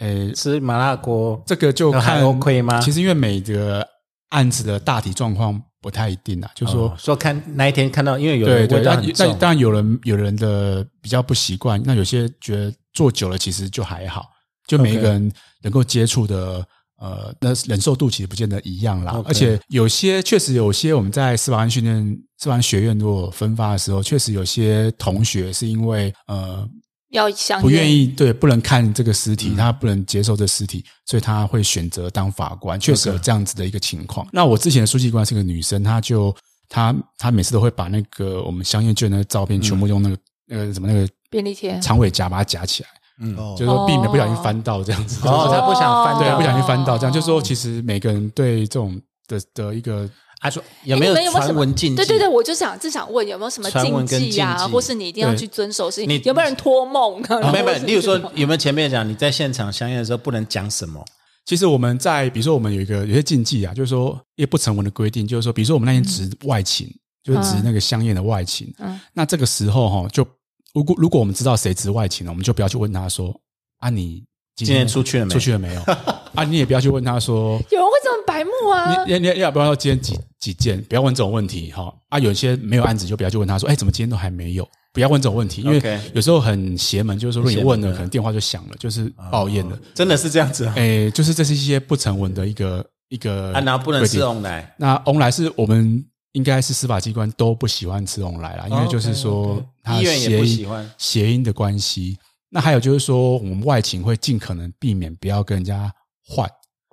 诶
吃麻辣锅，
这个就
那还
看
OK 吗
其实因为每个案子的大体状况不太一定啊，就是说、
哦说看那一天看到，因为有
对
人
对，
味道
那
很
那
重，
当然有人有人的比较不习惯，那有些觉得做久了其实就还好，就每一个人能够接触的。呃，那忍受度其实不见得一样啦
OK
而且有些确实有些我们在司法案训练、司法案学院如果分发的时候，确实有些同学是因为呃
要相
不愿
应
意对不能看这个尸体，他不能接受这尸体，所以他会选择当法官，确实有这样子的一个情况。那我之前的书记官是个女生，她就她她每次都会把那个我们香艳卷的照片全部用那个、那个什么那个
便利贴，
长尾夹把它夹起来，
哦
就是说避免不小心翻到这样子。
哦，他不想翻
[laughs] 对，啊
到，
不小心翻
哦
到这样，就是说其实每个人对这种的的一个
啊，说有
哎
没
你们有没有什
传
么
闻禁忌？
对对对，我就想正想问有没有什么
传闻跟
忌呀、
禁忌
或是你一定要
对
去遵守是
你
有没有人托梦？
啊，没有没有，例如说
或是
有没有前面讲你在现场相验的时候不能讲什么？
其实我们在比如说我们有一个有些禁忌啊，就是说一些不成文的规定，就是说比如说我们那天值外勤，就是值那个香艳的外勤，
嗯
那这个时候哈、就如果如果我们知道谁值外勤了，我们就不要去问他说啊你今
今天出去了没
出去了没有？ [laughs] 啊，你也不要去问他说，
有人会这么白目啊？
你你你要不要今天几几件？不要问这种问题哈、啊，有些没有案子就不要去问他说，哎，怎么今天都还没有？不要问这种问题，因
OK
为有时候很邪门，就是说如果你问
邪
了，
门啊
可能电话就响了，就是哦抱怨了。
真的是这样子啊？
哎，就是这是一些不成文的一个一个
啊，然后不能吃
规定
翁奶，
那翁来是我们应该是司法机关都不喜欢吃翁来啦，因为
哦 OK，
就是说
OK
它
医院也
谐
不
音
喜欢
谐音的关系。那还有就是说，我们外勤会尽可能避免不要跟人家换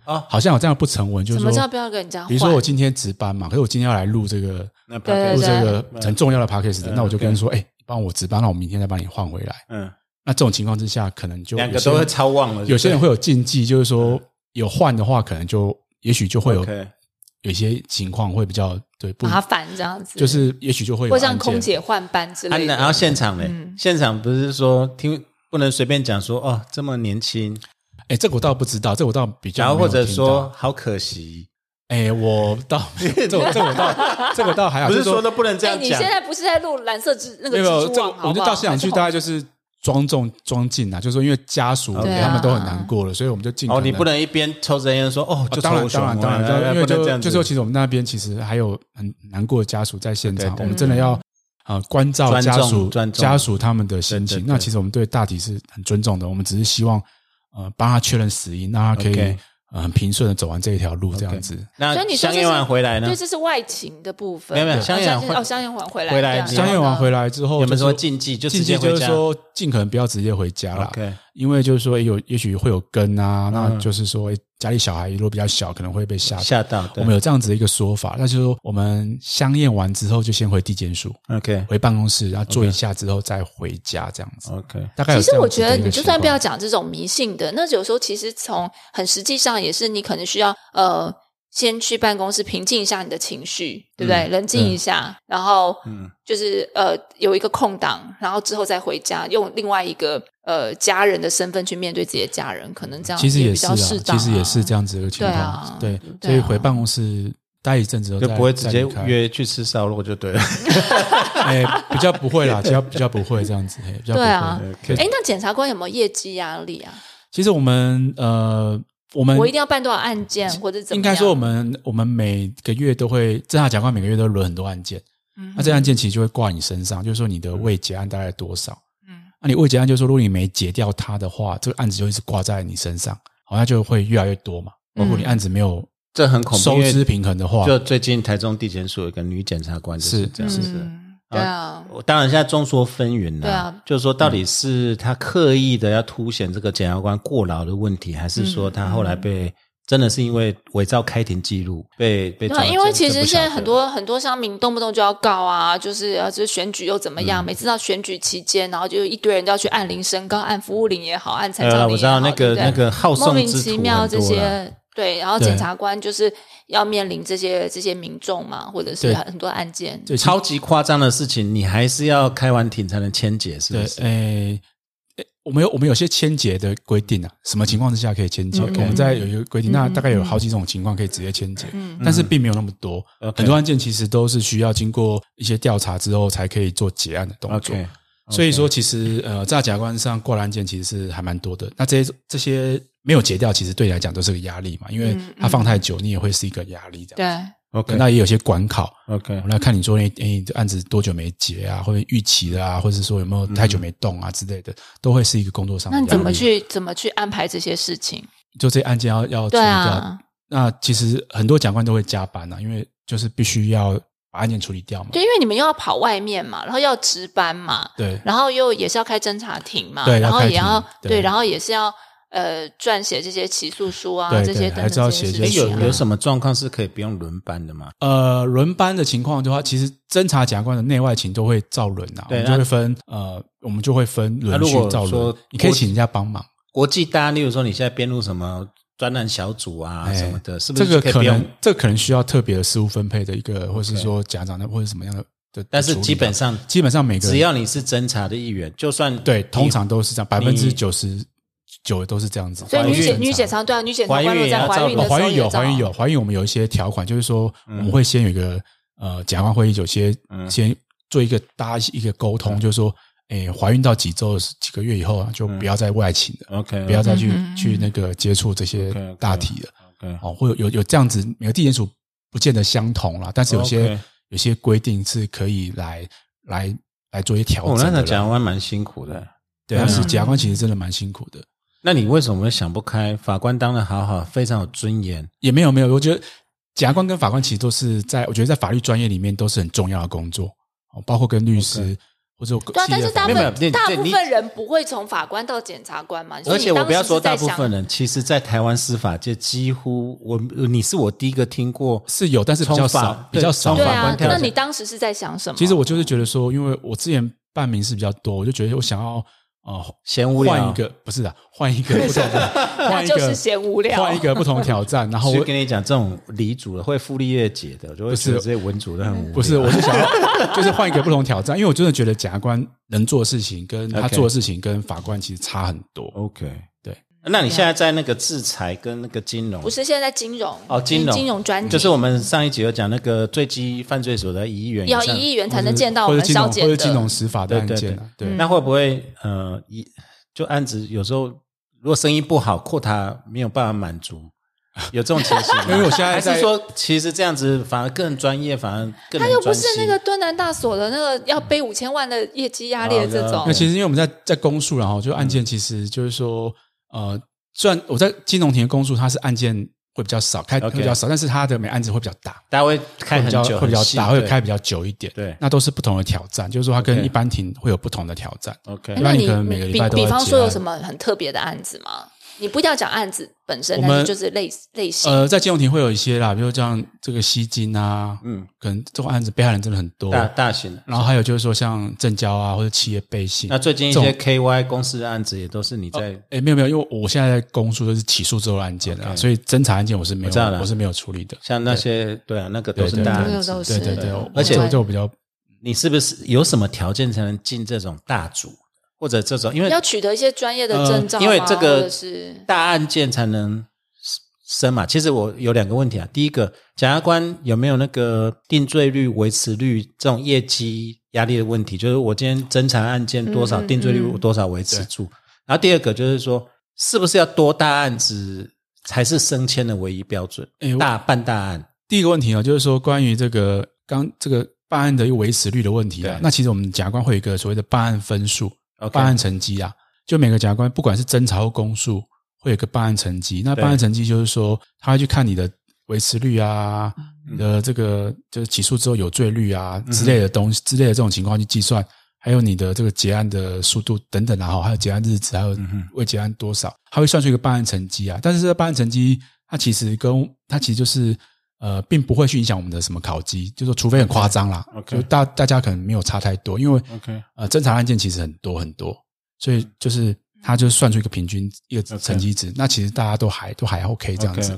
啊
好像有这样的不成文，就是
什么叫
说
不，要跟人家换？
比如说我今天值班嘛，可是我今天要来录这个
那
对对
录这
对
个很重要的 p a c k a g e
嗯
那我就
OK
跟人说，哎，帮我值班，那我明天再帮你换回来。
嗯，
那这种情况之下，可能就
两
有
个
些
都会
人
超忘了，
有些人会
对
有禁忌，就是说有换的话，可能就也许就会有嗯
OK
有一些情况会比较对不
麻烦这样子，
就是也许就会有
或像
案件
空姐换班之
啊，
类
那
的。
然后现场嘞
嗯，
现场不是说听不能随便讲说哦这么年轻，
哎，这个我倒不知道，这个我倒比较
然后或者
没有
说
听到，
好可惜，
哎，我
[laughs]
倒这个这个我倒这个我倒还好，
不是
就
说都不能这
哎、
样
你
讲
现，在不是在录蓝色之那个
没有
蜘蛛
这
网
个
好不好？
我就到现场去，大概就是装重装进啊，就是说因为家属
对啊
他们都很难过了，所以我们就尽可
哦，你
能
不。能一边抽着烟说哦
哦
就
当然，
抽
当然，当
哦
然，当
哎
然，因为就就是说，其实我们那边其实还有很难过的家属在现场
对，对
我们真的要呃关照
尊重
家属
尊重
家属他们的心
对对
情。
对
那其实我们对大体是很尊重的，我们只是希望呃帮他确认死因，让他可以
OK
呃很平顺的走完这一条路，这样子。 [laughs]
那
所以你说
香
这
烟
是
完回来呢
对，，这是外勤的部分。
没有没有
哦
香烟
是
会
哦，香烟还回来，
回来
对啊
相验完回
然后呢
来之后，
有没有
就是
说禁忌就
禁
直接
忌就
回
是
家
说尽可能不要直接回家啦，
？OK，嗯
因为就是说有也许会有根啊，那就是说诶家里小孩如果比较小，可能会被吓
吓到，
我
对
们有这样子的一个说法，那就是说我们相验完之后就先回地检署，
OK
回办公室，然后做一下之后再回家这样子。
OK，
大概有
其
这
实
样
我
子
觉
的
得，
一个
你就算
情
不要
况
讲这种迷信的，那有时候其实从很实际上也是，你可能需要呃，先去办公室平静一下你的情绪，对不
嗯
对？冷静一下，然后
嗯
就是呃有一个空档，然后之后再回家，用另外一个呃家人的身份去面对自己的家人，可能这样
其实
也
也
比
是啊
较适当、
其实也是这
样。
样子的一个情况。
对
对
啊对啊，
所以回办公室待一阵子之后
就
再
不会直接
再离开
约去吃烧肉就
[laughs]
对了。
哎，比较不会啦，比较比较不会这样子，哎比较不
对啊
会。
OK
哎，那检察官有没有业绩压力啊？
其实我们呃，我
嗯
们
我一定要办多少案件，或者怎么样？
应该说我们我们每个月都会，正大甲官每个月都轮很多案件，
嗯，
啊
那这案件其实就会挂你身上，就是说你的未结案大概多少。
嗯
那你未结案，就是说如果你没结掉它的话，这个案子就一直挂在你身上，好像就会越来越多嘛。包
嗯
括你案子没有
这很恐怖，
收
因为
支平衡的话，
就最近台中地检署有一个女检察官就是
是
这样子。
嗯对啊，
我当然现在众说纷纭啦、
对啊
就是说到底是他刻意的要凸显这个检察官过劳的问题，还是
嗯
说他后来被、真的是因为伪造开庭记录被被抓
对，啊
了？
因为
这
其
这
实
不晓
现
得
在很多很多乡民动不动就要告啊，就是啊，就是选举又怎么样？
嗯
每次到选举期间，然后就一堆人都要去按铃声高、按服务铃也好、按财
还有
长铃也好，
啦，呃啊我知道那
对
个
不对
那个好
莫
胜
名
之徒
其
很
妙
多
这
啦
些。对，然后
对
检察官就是要面临这些这些民众嘛，或者是
对
很多案件。
对
超级夸张的事情，你还是要开完庭才能签结，是
对
不，是？
诶、诶我们有我们有些签结的规定啊，什么情况之下可以签结？
嗯
我们在有一个规定，那
嗯
大概有好几种情况可以直接签结，
嗯
但是并没有那么多。
OK
很多案件其实都是需要经过一些调查之后才可以做结案的动作。
OK，
哎所以说，其实呃，在甲官上挂的案件其实是还蛮多的。那这些这些没有结掉，其实对你来讲都是个压力嘛，因为
嗯
它放太久，你也会是一个压力这样。
对，
OK
那也有些管考，
OK，
那看你说你哎，这案子多久没结啊，或者预期的啊，或者是说有没有太久没动啊之类的，都会是一个工作上的
那
压
你
力。
怎么去怎么去安排这些事情？
就这些案件要要处
对
理掉？
啊，
那其实很多甲官都会加班啊，因为就是必须要把案件处理掉嘛。
对，因为你们又要跑外面嘛，然后又要值班嘛，
对
然后又也是要开侦查庭嘛，
对
然后
要开
也要
庭
对
对
然后也是要呃撰写这些起诉书啊，
对
这些
对
等等
还是要
这些
写
事
一
哎
些
情
有
啊、
有什么状况是可以不用轮班的吗？
呃，轮班的情况的话，其实侦查甲官的内外勤都会照轮啊，我
对
们就会分呃，我们就会分
那
轮
如
序
果
照轮
说，
你可以
国
请人家帮忙。
国际大，例如说你现在编入什么专栏小组啊
哎
什么的，是不
这
是就
个可
以不用
能？这个可能需要特别的事务分配的一个，或是说家长的或者什么样的的。
但
的
是
处理
基本
啊
上
基本上每个人
只要你是侦查的一员，就算
对，通
你
常都是这样，百分之九十九都是这样子。
所以女
怀
检
孕
女检察对啊，女检察
怀
官
孕
都
也
在
要
怀
照
孕的
哦
时候
怀孕有
也照
怀孕有怀孕，我们有一些条款，就是说我们会先有一个呃，检察官会议有些
嗯
先做一个大家一个沟通，就是说，诶怀孕到几周几个月以后啊，就不要再外勤了，
OK，
不要再去、
嗯
去那个接触这些
OK，OK
大体了。
OK，
哦，会有有有这样子，每个地检署不见得相同啦，但是有些
OK
有些规定是可以来来来做一些调
我
整
哦那
的
个
啦。
检察官蛮辛苦的。
对，但是检察官其实真的蛮辛苦的，
那你为什么想不开？法官当的好好，非常有尊严。
也没有没有，我觉得检察官跟法官其实都是在我觉得在法律专业里面都是很重要的工作，哦，包括跟律师或者
对啊，但是大部
没有
分
没有
大
这
部
你
分人不会从法官到检察官嘛，所
而
以
且
你
我
当
不要
时
说
是在
大部
想
分人，其实，在台湾司法界几乎我你是我第一个听过
是有，但是比较
从法
少，比
对
较少。
从
对
法
啊
官，跳
那
下
你当时是在想什么？
其实我就是觉得说，因为我之前办民事比较多，我就觉得我想要呃
嫌无聊
换一个不是啊，换一个不同的，
[laughs]
换一
那就是
个
嫌无聊
换一个不同的挑战，然后
我
我
跟你讲，这种理主的会傅立叶解的，我就会觉得这些文主的很无聊。
不是，我是想要就是换一个不同挑战，因为我真的觉得检察官能做的事情跟他
OK
做的事情跟法官其实差很多。
OK，啊
对。
那你现在在那个制裁跟那个金融
啊不是现在金融
哦，金融
金融专题
就是我们上一集有讲那个最基犯罪所得一亿元以
要
上，
一亿元才能见到我
或者
们
金
消
融
减
或者金
的嗯
融。司法的
对
案
对
件
对
啊，对
对，那会不会呃一就案子有时候如果生意不好，扩塔没有办法满足，有这种情形吗？
[laughs] 因为我现在
还
在
是说，其实这样子反而更专业，反而更
他
能
又不
专
是那
心
个敦南大所的那个要背五千万的业绩压力的这
好
种
的
那其实因为我们在在公诉，然后就案件，其实就是说，呃，虽然我在金融庭的公诉，它是案件会比较少，开
OK
会比较少，但是它的每案子会比较大，
大家会开
会比
很
较
久，
会比较
很细
大，会
对
开比较久一点。
对
那都是不同的挑战，就是说它跟
OK
一般庭会有不同的挑战。
OK
哎
一
那
般你
你
可能每个礼拜
比
都要
比方
结
说有
案
什么很特别的案子吗？你不一定要讲案子本身，
我
但是
们
就是类类型。
呃，在金融庭会有一些啦，比如像这个吸金啊，
嗯啊
嗯，可能这种案子被害人真的很多。
大大型的。
然后还有就是说像证交啊，或者企业背信，
那最近一
这
些
种
KY 公司的案子也都是你在
哎，没有没有，因为我现在在公诉都是起诉之后的案件啊，
OK
所以侦查案件我是没
我知道
有
了
我是没有处理的。
像那些对啊，那个都
对
是
对
大
对
案
那个都
子。
是
对对对，
嗯
而且
对
就比较
你是不是有什么条件才能进这种大组，或者这种因为
要取得一些专业的
呃
证照吗、
因为这
或
个
者是
大案件才能升嘛？其实我有两个问题啊，第一个，检察官有没有那个定罪率、维持率这种业绩压力的问题？就是我今天侦查案件多少，
嗯嗯
定罪率
嗯
多少维持住？然后第二个就是说，是不是要多大案子才是升迁的唯一标准？
哎我
大办大案，
第一个问题呢，哦就是说关于这个刚这个办案的一个维持率的问题啊
对。
那其实我们检察官会有一个所谓的办案分数、
OK
办案成绩啊，就每个检察官不管是侦查或公诉，会有一个办案成绩。那
对
办案成绩就是说，他会去看你的维持率啊，
嗯
你的这个就是起诉之后有罪率啊之类的东西、之类的这种情况去计算。还有你的这个结案的速度等等啊，哈，还有结案日子，还
嗯
有未结案多少，他会算出一个办案成绩啊。但是这个办案成绩，它其实跟它其实就是呃，并不会去影响我们的什么考绩，就说除非很夸张啦
OK
就大大家可能没有差太多，因为
OK
呃，侦查案件其实很多很多，所以就是他就算出一个平均一个成绩值那其实大家都还都还 OK 这样子。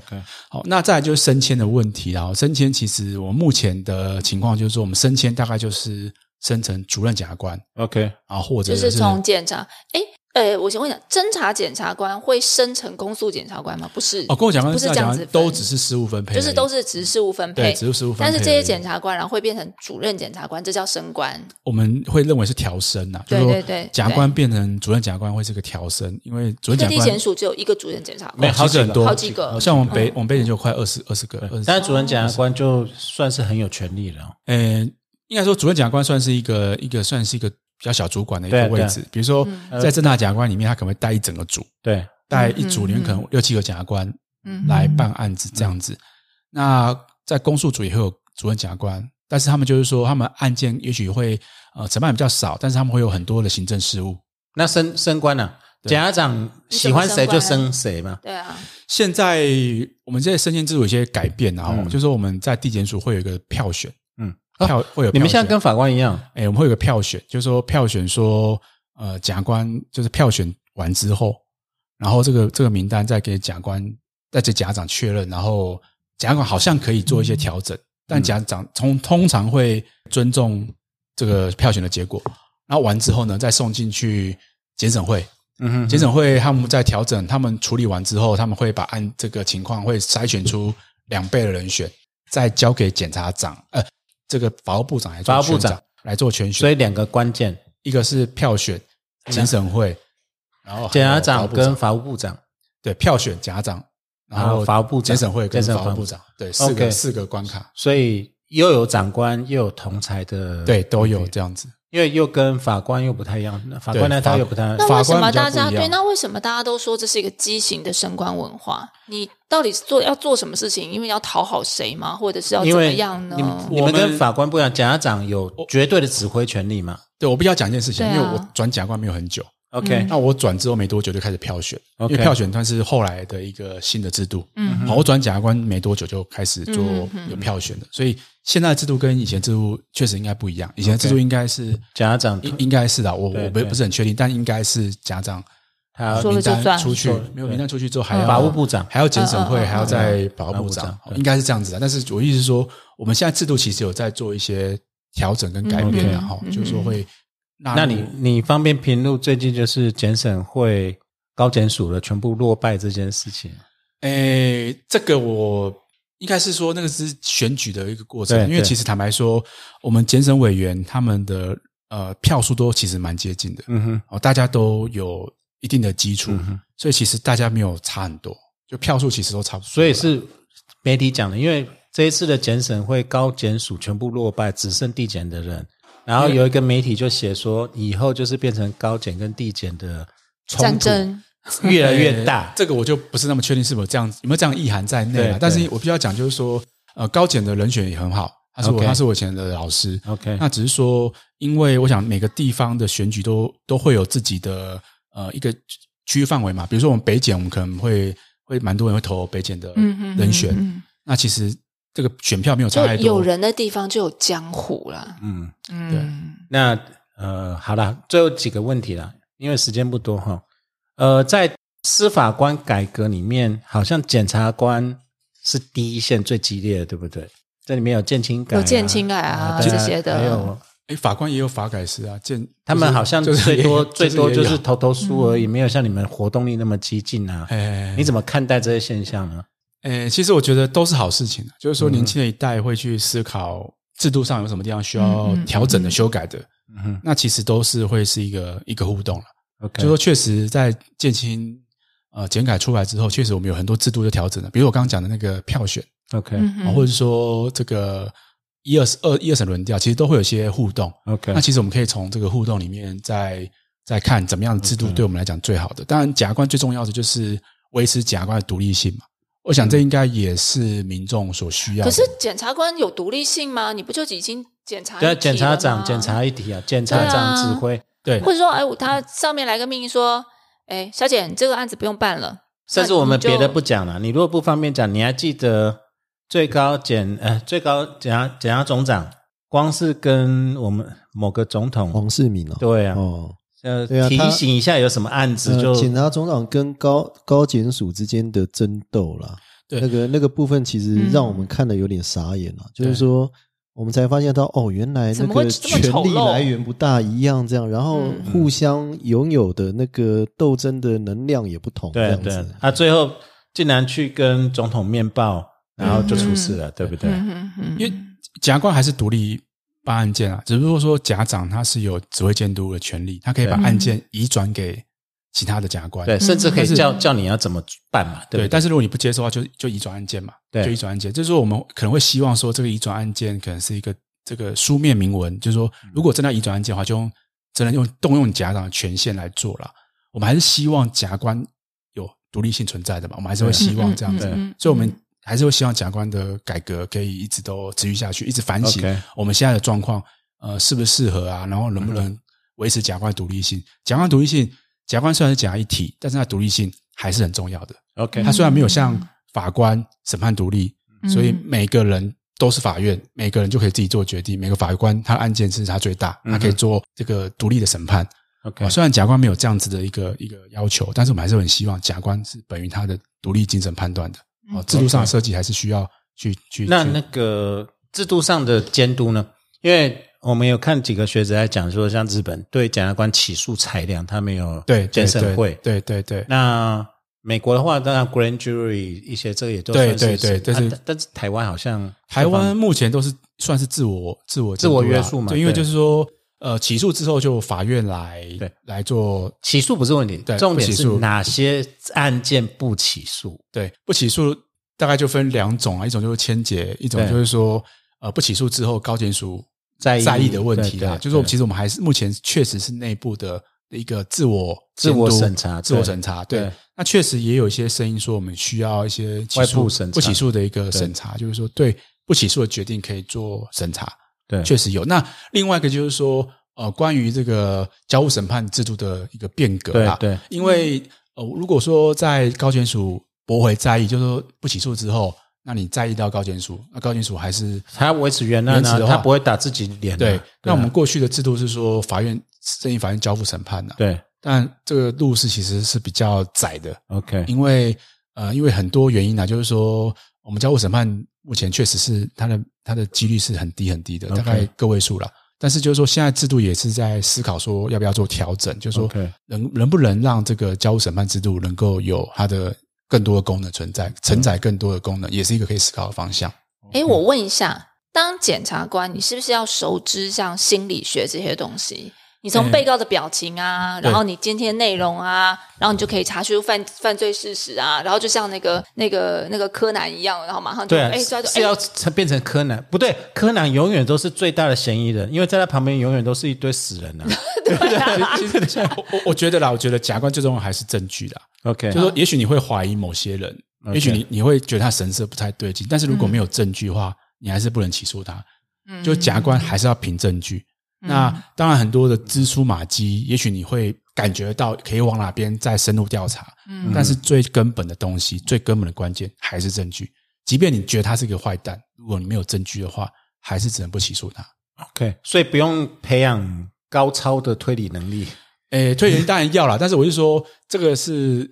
好，那再来就是升迁的问题啦。升迁其实我目前的情况就是说，我们升迁大概就是升成主任检察官
OK，
啊，或者
就是从检察，哎，呃，我先问一下，侦查检察官会升成公诉检察官吗？不是，
哦，跟我讲，
不
跟
是
检
这
察
样
官
子分，
都只是实务分配而已，
就是都是只是事务分配，
对只是事务分配而
但
已。
是这些检察官然后会变成主任检察官，这叫升官。
我们会认为是调升呐、就
对
是说
对对
检察官变成主任检察官会是个调升，因为主任
这
检
地
察官
检嗯署只有一个主任检察
没
官
有，
好很多，
好几个
呃像我们北我们北检就快二十二十个，二十
但是主任检察官就算是很有权利了哦。
呃，应该说主任检察官算是一个一个算是一个比较小主管的一
对啊
个位
对啊
置，比如说在正大检察官里面，他可能会带一整个组，
对，
带一组里面可能六七个检察官
嗯
来办案子这样子。那在公诉组也会有主任检察官，但是他们就是说，他们案件也许会呃承办比较少，但是他们会有很多的行政事务。
那升升官呢？检察长喜欢
啊
谁就升谁嘛。
对啊，
现在我们现在升迁制度有些改变啊，
嗯
就是说我们在地检署会有一个票选，
嗯，
票会有票选
你们现在跟法官一样，
哎，我们会有个票选，就是说票选说，呃，检察官就是票选完之后，然后这个这个名单再给检察官，再给家长确认，然后检察官好像可以做一些调整，但家长通通常会尊重这个票选的结果，然后完之后呢，再送进去检审会，
嗯哼
检审会他们在调整，他们处理完之后，他们会把按这个情况会筛选出两倍的人选，再交给检察长，呃，这个法务部长来做
法务部
宣
长
来做全选。
所以两个关键，
一个是票选评审会，然后还有
检察长
法务哦部长
跟法务部长。
对票选家长，然
然后
后
法务部长
检审会跟
检审
法务
会
部长，对四个
OK
四个关卡，
所以又有长官又有同才的，
对都有这样子。
因为又跟法官又不太一样，法官
对
呢
法
他又不太，
那
法
为什
官
么
比较
大家
不一样
对？那为什么大家都说这是一个畸形的升官文化？你到底是做要做什么事情？因为要讨好谁吗？或者是要怎
因
么
为
样呢嗯
你？们你
我
们
们
跟法官不一样，检察长有绝对的指挥权利嘛
对我必须要讲一件事情，
对啊
因为我转甲官没有很久，
？OK，
那我转之后没多久就开始票选，因
OK
嗯为票选它是后来的一个新的制度。
嗯
好，我转甲官没多久就开始做
嗯嗯嗯
有票选的，所以现在的制度跟以前制度确实应该不一样。以前的制度应该是
检察长
应应该是的，我我
对
不
对
不是很确定，但应该是家长
他
说
名
了就算
单出去
说了，
没有名单出去之后还要
法务部长
还要检审会，
嗯嗯嗯
还要在法务部
法务
长哦
部，长
应该是这样子啊的。但是我意思是说，我们现在制度其实有在做一些调整跟改变，
嗯
然后
嗯
就是说会纳入
那你你方便评论最近就是检审会高检署了，全部落败这件事情，
诶，这个我应该是说那个是选举的一个过程
对，
因为
对
其实坦白说，我们检审委员他们的呃票数都其实蛮接近的，
嗯哼，
哦，大家都有一定的基础，
嗯哼
所以其实大家没有差很多，就票数其实都差不多啦，
所以是媒体讲的，因为这一次的检审会高检署全部落败，只剩地检的人。然后有一个媒体就写说，以后就是变成高检跟地检的
战
冲突
争
越来越大 [laughs]
呃。这个我就不是那么确定是否这样子，有没有这样的意涵在内
对
了
对。
但是我必须要讲，就是说，呃，高检的人选也很好，他是我
OK
他是我以前的老师。
OK，
那只是说，因为我想每个地方的选举都都会有自己的呃一个区域范围嘛，比如说我们北检，我们可能会会蛮多人会投北检的
嗯嗯嗯
人选。
嗯
那其实这个选票没有差
就
太多，
有人的地方就有江湖啦。
嗯，
嗯，
那呃，好啦，最后几个问题啦，因为时间不多哈。呃，在司法官改革里面，好像检察官是第一线最激烈的，对不对？这里面有建清改、啊、
有建清改啊
对
这些的
还有
诶，法官也有法改师啊，见
他们好像
就是
最多、
就是也
最多
也有
就是投投
嗯
书而已，没有像你们活动力那么激进啊。
哎，
你怎么看待这些现象呢？
诶，其实我觉得都是好事情啊，就是
嗯
说年轻的一代会去思考制度上有什么地方需要调整
嗯
的、
嗯嗯
修改的，
嗯哼
那其实都是会是一个一个互动啊了。
，OK，
就说确实在建清呃检改出来之后，确实我们有很多制度的调整了，比如我刚刚讲的那个票选，
OK
嗯
啊
哼
或者说这个一二二一二审轮调，其实都会有一些互动。
OK，
那其实我们可以从这个互动里面再再看怎么样的制度
嗯
OK
对我们来讲最好的。当然，检察官最重要的就是维持检察官的独立性嘛。我想这应该也是民众所需要
嗯可
的。
是检察官有独立性吗？你不就已经检察
对啊，
一体了
检察长、
吗
检察一体啊，检察
对啊
长指挥，
对
或者说，哎，我他上面来个命令说，哎，小姐，你这个案子不用办了。
甚至我们
那你
别
就
的不讲了，你如果不方便讲，你还记得最高检呃最高检察检察总长，光是跟我们某个总统
黄世明哦，
对啊，
哦，
呃
对啊
提
他
醒一下有什么案子
呃
就
检察总长跟高高检署之间的争斗啦，
对
那个那个部分其实
嗯
让我们看的有点傻眼了，就
对
是说我们才发现到哦，原来那
怎么会
个
这么
权
丑
力
陋
来源不大一样，这样，然后
嗯
互相拥有的那个斗争的能量也不同，这
对
样
对
子，
啊，最后竟然去跟总统面报，然后就出事了，对不对？
嗯嗯
因为检察官还是独立办案件啊，只不过说检察长他是有指挥监督的权利，他可以把
对
案件移转给其他的检察官。
对，甚至可
但
以
是
叫叫你要怎么办嘛，对
对，
不
但是如果你不接受的话，就就移转案件嘛，
对
就移转案件。就是说，我们可能会希望说，这个移转案件可能是一个这个书面明文，就是说，如果真的要移转案件的话，就用真的用动用家长的权限来做啦。我们还是希望检察官有独立性存在的嘛，我们还是会希望这样子
嗯嗯
嗯嗯，
所以我们还是会希望检察官的改革可以一直都持续下去，一直反省
OK
我们现在的状况，呃，适不适合啊，然后能不
嗯
能维持检察官的独立性？检察官独立性，检察官虽然是检察一体，但是它独立性还是很重要的。
？OK，
它虽然没有像
嗯
法官审判独立，
嗯
所以每个人都是法院，每个人就可以自己做决定。每个法官他的案件是他最大，
嗯哼
他可以做这个独立的审判。
OK，
哦虽然甲官没有这样子的一个一个要求，但是我们还是很希望甲官是本于他的独立精神判断的。哦，制度上的设计还是需要去去
嗯那
去
那个制度上的监督呢？因为我们有看几个学者在讲说，像日本对检察官起诉裁量，他们有
对
检审会。
对对对对
那美国的话，当然 grand jury 一些这个也都算
对对对但是
啊但但是台湾好像
台湾目前都是算是自我自我监督啦
自我约束嘛
对因为
对
就是说，呃，起诉之后就法院来
对
来做
起诉不是问题，
对
重点
不起
是
诉
哪些案件不起诉？
对，不起诉大概就分两种啊，一种就是签结，一种
对
就是说呃不起诉之后高检署
在意
在意的问题
对
啦。
对
就是我们
对
其实我们还是目前确实是内部的一个自我
自我
监督
审查
自我
对
审查。对
对，
那确实也有一些声音说我们需要一些起
外
诉
部审查
不起诉的一个审查，就是说对不起诉的决定可以做审查，
对，
确实有。那另外一个就是说呃关于这个交互审判制度的一个变革
对
啦，
对
因为呃，如果说在高检署驳回在意，就是说不起诉之后，那你在意到高检署，那高检署还是
他维持原案
原始
呢，
的话
他不会打自己脸啊。
对。那我们
啊
过去的制度是说，法院正义法院交付审判的、啊
对
但这个路是其实是比较窄的，
OK
因为呃，因为很多原因呢、就是说我们交付审判目前确实是它的它的几率是很低很低的，
OK
大概个位数了。但是就是说，现在制度也是在思考说要不要做调整，就是说
OK
能能不能让这个交互审判制度能够有它的更多的功能存在，承载更多的功能，也是一个可以思考的方向。
哎，我问一下，当检察官，你是不是要熟知像心理学这些东西？你从
嗯
被告的表情啊，然后你今天内容啊，然后你就可以查出犯犯罪事实啊，然后就像那个那个那个柯南一样，然后马上就
[laughs] 对啊
哎，抓，住
是要
哎
成变成柯南？不对，柯南永远都是最大的嫌疑人，因为在他旁边永远都是一堆死人
[laughs]
啊。 [laughs]
其实现 [laughs] 在我我我觉得啦，我觉得假官最重要还是证据啦，
OK，
就是说，也许你会怀疑某些人，
OK
也许你你会觉得他神色不太对劲，但是如果没有证据的话，你还是不能起诉他。
嗯
就检察官还是要凭证据。那当然，很多的蛛丝马迹，也许你会感觉到可以往哪边再深入调查，
嗯
但是最根本的东西，最根本的关键还是证据。即便你觉得他是个坏蛋，如果你没有证据的话，还是只能不起诉他。
OK，所以不用培养高超的推理能力。
诶，推理当然要
嗯
啦，但是我是说，这个是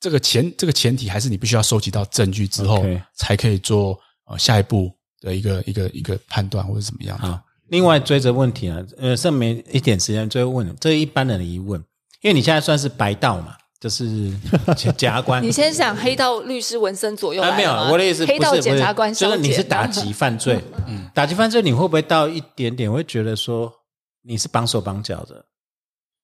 这个前这个前提，还是你必须要收集到证据之后
OK
才可以做呃下一步的一个一个一个判断或者怎么样的。
好，另外追着问题啊，呃，剩没一点时间追问这一般人的疑问，因为你现在算是白道嘛，就是 [laughs] 检察官。
你先想黑道律师文森左右来
啊，
了
没有，
吗
我的意思不
黑
是
道
不是
检察官
就是你
肖
是
检
打击犯罪，嗯，打击犯罪，你会不会到一点点会觉得说你是绑手绑脚的，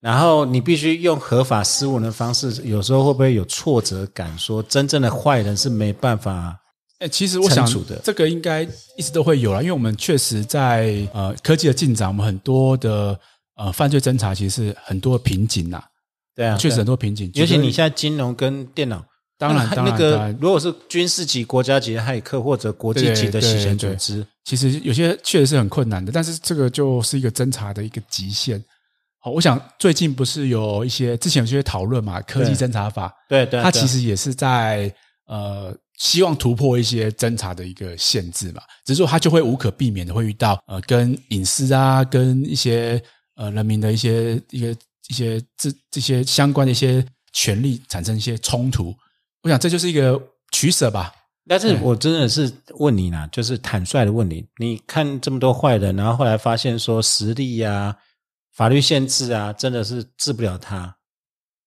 然后你必须用合法斯文的方式，有时候会不会有挫折感？说真正的坏人是没办法，
哎、其实我想
惩处的
这个应该一直都会有啦，因为我们确实在呃科技的进展，我们很多的呃犯罪侦查其实是很多的瓶颈呐，
对啊，
确
对
实
啊
很多瓶颈。
尤其
就是
你现在金融跟电脑，
当然
那
当然
那
当
个
然
如果是军事级国家级的骇客或者国际级的洗钱组织，
其实有些确实是很困难的，但是这个就是一个侦查的一个极限。好，我想最近不是有一些之前有些讨论嘛，科技
对
侦查法，
对啊对，
它
对
其实也是在呃希望突破一些侦查的一个限制嘛，只是说它就会无可避免的会遇到呃跟隐私啊，跟一些呃人民的一些一个一些这这些相关的一些权利产生一些冲突。我想这就是一个取舍吧。
但是我真的是问你啦，就是坦率的问你，你看这么多坏人，然后后来发现说实力呀、法律限制啊，真的是治不了他。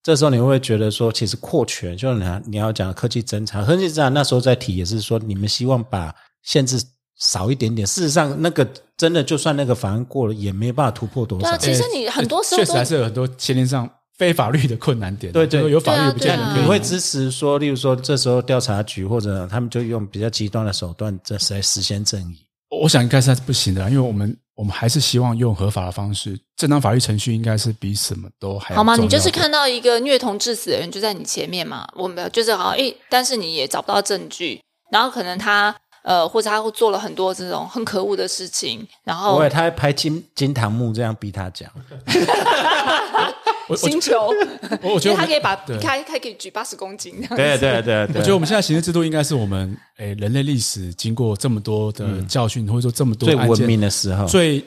这时候你会不会觉得说，其实扩权就是拿你要讲的科技侦查，科技侦查那时候在提也是说，你们希望把限制少一点点。事实上，那个真的就算那个法案过了，也没办法突破多
对
少
啊。其实你很多时候
哎确实
都
还是有很多先天上非法律的困难点，
对对
就是有法律不
对啊
见
对啊
你
得可以
会支持说，例如说这时候调查局或者他们就用比较极端的手段，这来实现正义。
我想应该是不行的啦，啊因为我们我们还是希望用合法的方式，正当法律程序应该是比什么都还要
好吗？
重
你
要
就是
的
看到一个虐童致死的人就在你前面嘛，我们就是好像诶，但是你也找不到证据，然后可能他呃，或者他做了很多这种很可恶的事情，然
不
后
会，他还拍金金堂木这样逼他讲。
星球，
[laughs]
[laughs]
我我觉
因为
得我
他
们
可以把
对
他他可以举八十公斤这样
对对对
我
对
觉得我们现在行政制度应该是我们诶、人类历史经过这么多的
嗯
教训，或者说这么多
最
案
文
件
明的时候，
最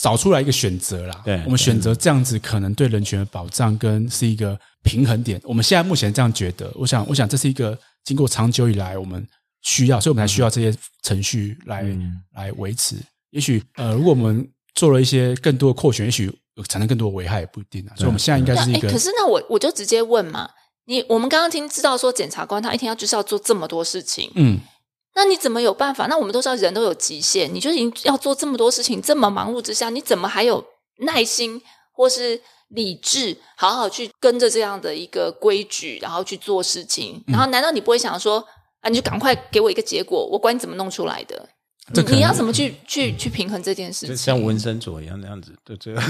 找出来一个选择啦。
嗯对
我们选择这样子，可能对人权的保障跟是一个平衡点。我们现在目前这样觉得，我想，我想这是一个经过长久以来我们需要，所以我们才需要这些程序来、
嗯
来维持。也许呃，如果我们做了一些更多的扩选，也许有产生更多的危害也不一定啊。所以我们现在应该
那
是一
诶，
个
哎可是那我我就直接问嘛，你我们刚刚听知道说检察官他一天要就是要做这么多事情，
嗯。
那你怎么有办法？那我们都知道人都有极限，你就已经要做这么多事情，这么忙碌之下，你怎么还有耐心或是理智，好好去跟着这样的一个规矩，然后去做事情。
嗯
然后，难道你不会想说啊，你就赶快给我一个结果，我管你怎么弄出来的？
这可
你
能
你要怎么去去去平衡这件事
就
情？
像纹 [laughs] 身左一样那样子，就 [laughs] 这样，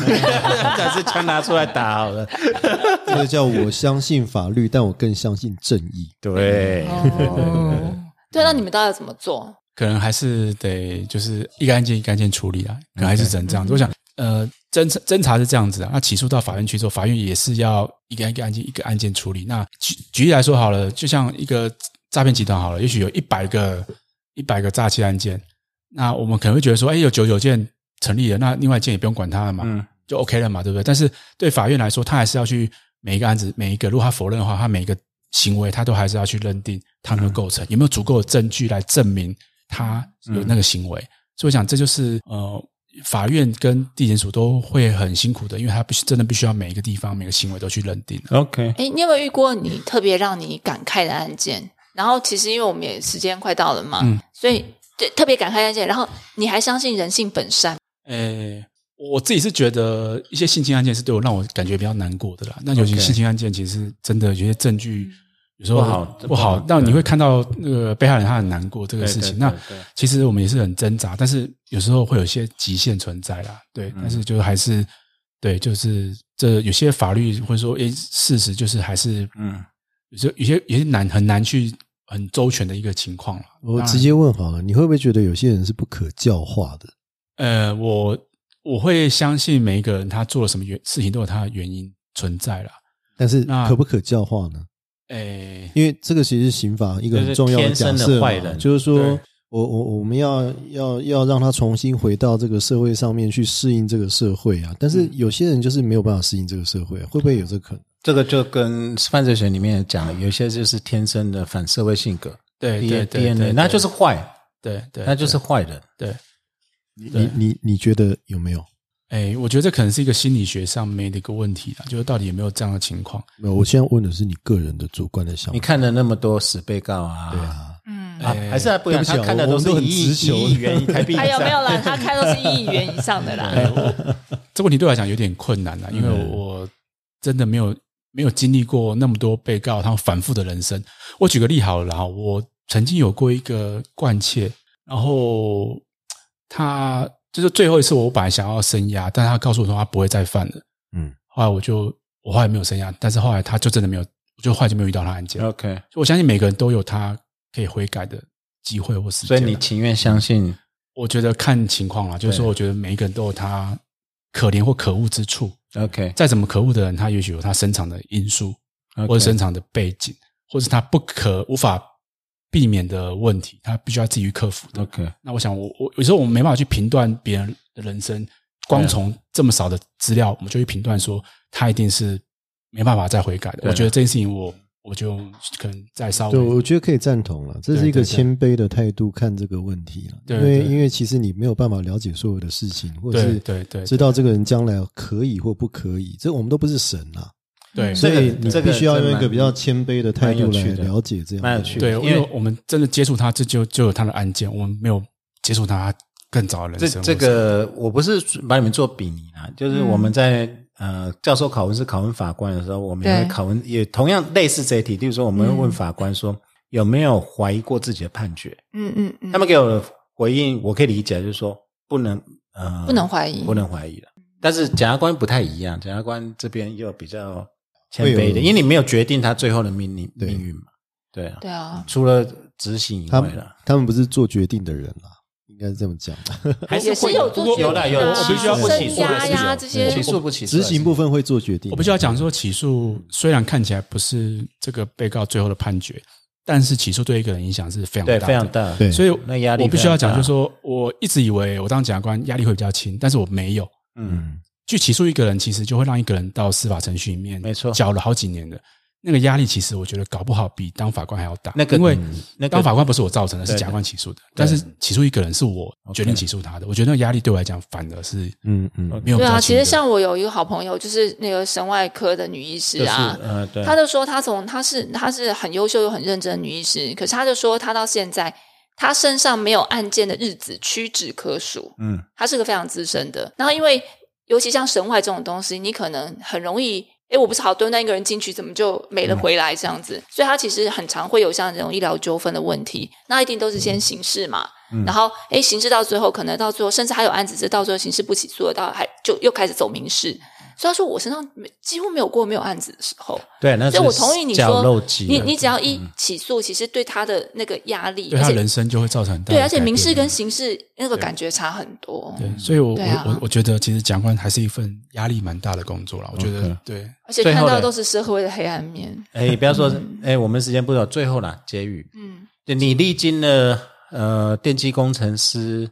但是枪拿出来打好了。
这个叫我相信法律，但我更相信正义。
对，
哦，对，那你们到底要怎么做？
可能还是得就是一个案件一个案件处理啊，可能还是只能这样子。我想，呃，侦查侦查是这样子啊，那起诉到法院去之后，法院也是要一个一个案件一个案件处理。那举举例来说好了，就像一个诈骗集团好了，也许有一百个一百个诈欺案件，那我们可能会觉得说，哎，有九九件成立了，那另外一件也不用管它了嘛，
嗯
就 OK 了嘛，对不对？但是对法院来说，他还是要去每一个案子每一个，如果他否认的话，他每一个行为他都还是要去认定他有没有构成，有没有足够的证据来证明他有那个行为。所以我想，这就是呃，法院跟地检署都会很辛苦的，因为他必须真的必须要每一个地方每个行为都去认定了。
，OK，
哎，你有没有遇过你特别让你感慨的案件？然后其实因为我们也时间快到了嘛，
嗯
所以对特别感慨的案件，然后你还相信人性本善，
诶，我自己是觉得一些性侵案件是对我让我感觉比较难过的啦。那尤其
OK
性侵案件，其实真的有些证据有时候
不好
不好
不好，
那你
对
会看到那个被害人他很难过这个事
对
情。
对
那
对对
其实我们也是很挣扎，但是有时候会有一些极限存在啦。对，但
嗯
是就还是对，就是这有些法律或者说诶事实，就是还是
嗯，
有时候有些有些难很难去很周全的一个情况了。
我
当然
直接问好了，你会不会觉得有些人是不可教化的？
呃，我我会相信每一个人他做了什么原事情都有他的原因存在啦。
但是
那
可不可教化呢？
诶，
因为这个其实是刑法一个很重要假
就是天生
设
的
嘛
坏人
就是说
对
我我我们要要要让他重新回到这个社会上面去适应这个社会啊。但
嗯
是有些人就是没有办法适应这个社会啊、会不会有这可能？
这个就跟犯罪学里面讲的，有些就是天生的反社会性格
对对
，D
对
D N
对
A，那就是坏，
对对，
那就是坏人。
对。
你
对
你你你觉得有没有？
哎，我觉得这可能是一个心理学上面的一个问题啦，就是到底有没有这样的情况？
没有，我现在问的是你个人的主观的想
你
法。
看了那么多死被告啊，
啊，
嗯，
啊还是还不一样，
对不起
他
啊
看的
我
是
我们都
一
很
亿
直球
一亿元台币以上，
还哎有没有啦？他看都是一亿元以上的啦。
哎，我这问题对我来讲有点困难啦，啊
嗯
因为我真的没有没有经历过那么多被告他们反复的人生。我举个例好了哈，我曾经有过一个惯窃，然后他就是最后一次，我本来想要升压，但他告诉我说他不会再犯了。
嗯，
后来我就我后来没有升压，但是后来他就真的没有，我就后来就没有遇到他案件。
？OK，
所以我相信每个人都有他可以悔改的机会或时
所
间啊。
以你情愿相信
我觉得看情况啦，就是说，
对
我觉得每一个人都有他可怜或可恶之处。
OK，
再怎么可恶的人，他也许有他生长的因素，或者
OK
生长的背景，或是他不可无法避免的问题，他必须要自己去克服的。
OK，
那我想我，我有时候我们没办法去评断别人的人生，光
对啊
从这么少的资料，我们就去评断说他一定是没办法再悔改的。
对啊
我觉得这件事情我，我就可能再稍
对，
微
我觉得可以赞同了，这是一
对对
个
对
谦卑的态度看这个问题了。
对
因为
对
因为其实你没有办法了解所有的事情，或者
对
是
对对
知道这个人将来可以或不可以，这我们都不是神啊，
对
所以
这
你
个
必须要
这个
用一个
蛮
比较谦卑的态
蛮有
度来
趣的
了解这样的
蛮有
问题
趣的因
对，因
为
为我们真的接触他，这就就有他的案件，我们没有接触他更早的
这
人生。
这个我不是把你们做比拟啊，就是我
嗯
们在、呃教授拷问是拷问法官的时候，我们也会
对
拷问，也同样类似这一题，例如说我们会问法官说、有没有怀疑过自己的判决，
嗯嗯嗯
他，们给我的回应我可以理解，就是说不能呃
不能怀疑
不能怀疑了。但是检察官不太一样，检察官这边又比较谦卑一
会有
点，因为你没有决定他最后的命运
对
命运嘛，对啊，
对啊，
除了执行以
他
外
们
了，
他们不是做决定的人啦，应该是这么
[laughs]
讲。
还
也是
会
有做决定
有
的啊
啦有啦，
我必须要
不起
申
诉
押
还是
呀
有
这些
起诉不起诉
执行部
分。
分会做决定，
我必须要讲说，起诉虽然看起来不是这个被告最后的判决，但是起诉对一个人影响是非常大
对，
嗯的，
非常。大。
对
所以
那压力
我必须要讲，
非常大
就是说我一直以为我当检察官压力会比较轻，但是我没有。
嗯，
去起诉一个人，其实就会让一个人到司法程序里面，
没错
搅了好几年的那个压力，其实我觉得搞不好比当法官还要大。
那个
因为
嗯那个
当法官不是我造成的，是
对
检察官起诉的，但是起诉一个人是我决定
OK
起诉他的，我觉得那个压力对我来讲反而是
嗯嗯，
没有比
对
较
啊。
轻
其
的
实像我有一个好朋友，就是那个神外科的女医师
就是
啊，
呃，对，
她就说她从她是她是很优秀又很认真的女医师，可是她就说她到现在她身上没有案件的日子屈指可数。
嗯
他是个非常资深的。然后因为尤其像神外这种东西，你可能很容易。哎，我不是好蹲那一个人进去，怎么就没
嗯
了回来这样子？所以他其实很常会有像这种医疗纠纷的问题，那一定都是
嗯
先刑事嘛，然后哎，刑事到最后可能到最后，甚至还有案子是到最后刑事不起诉了，到还就又开始走民事。所以他说我身上没几乎没有过没有案子的时候，
对，那
所以我同意你说
绞肉，机
你
了
你只要一起诉，其实对他的那个压力，
嗯对
而
他
且
人生就会造成很大的
对，而且
改
民
变嗯啊
事跟刑事那个感觉差很多。
对，所以我、
对啊
我我我觉得其实讲官还是一份压力蛮大的工作啦。我觉得
OK
对，
而且
最
看
后
到
嘞
都是社会的黑暗面。
哎，不要说，哎，我们时间不早，最后啦，结语，
嗯，
对你历经了呃电机工程师、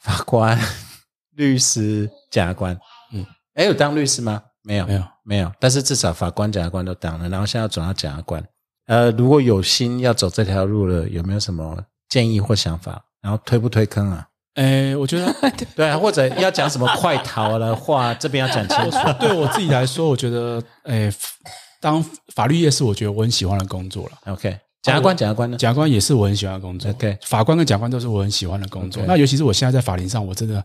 法官、 [laughs] 律师、检察官，嗯
嗯，
哎，有当律师吗？没有，
没有，
没有。但是至少法官、检察官都当了，然后现在要转到检察官。呃，如果有心要走这条路了，有没有什么建议或想法？然后推不推坑啊？
哎，我
[laughs]
觉得
对啊，或者要讲什么快逃的话，这边要讲
[laughs]
清楚。
对我自己来说，我觉得哎，当法律业是我觉得我很喜欢的工作了。
OK，检察官，检察官呢？
检察官也是我很喜欢的工作
OK
法官跟检察官都是我很喜欢的工作。
OK
那尤其是我现在在法庭上，我真的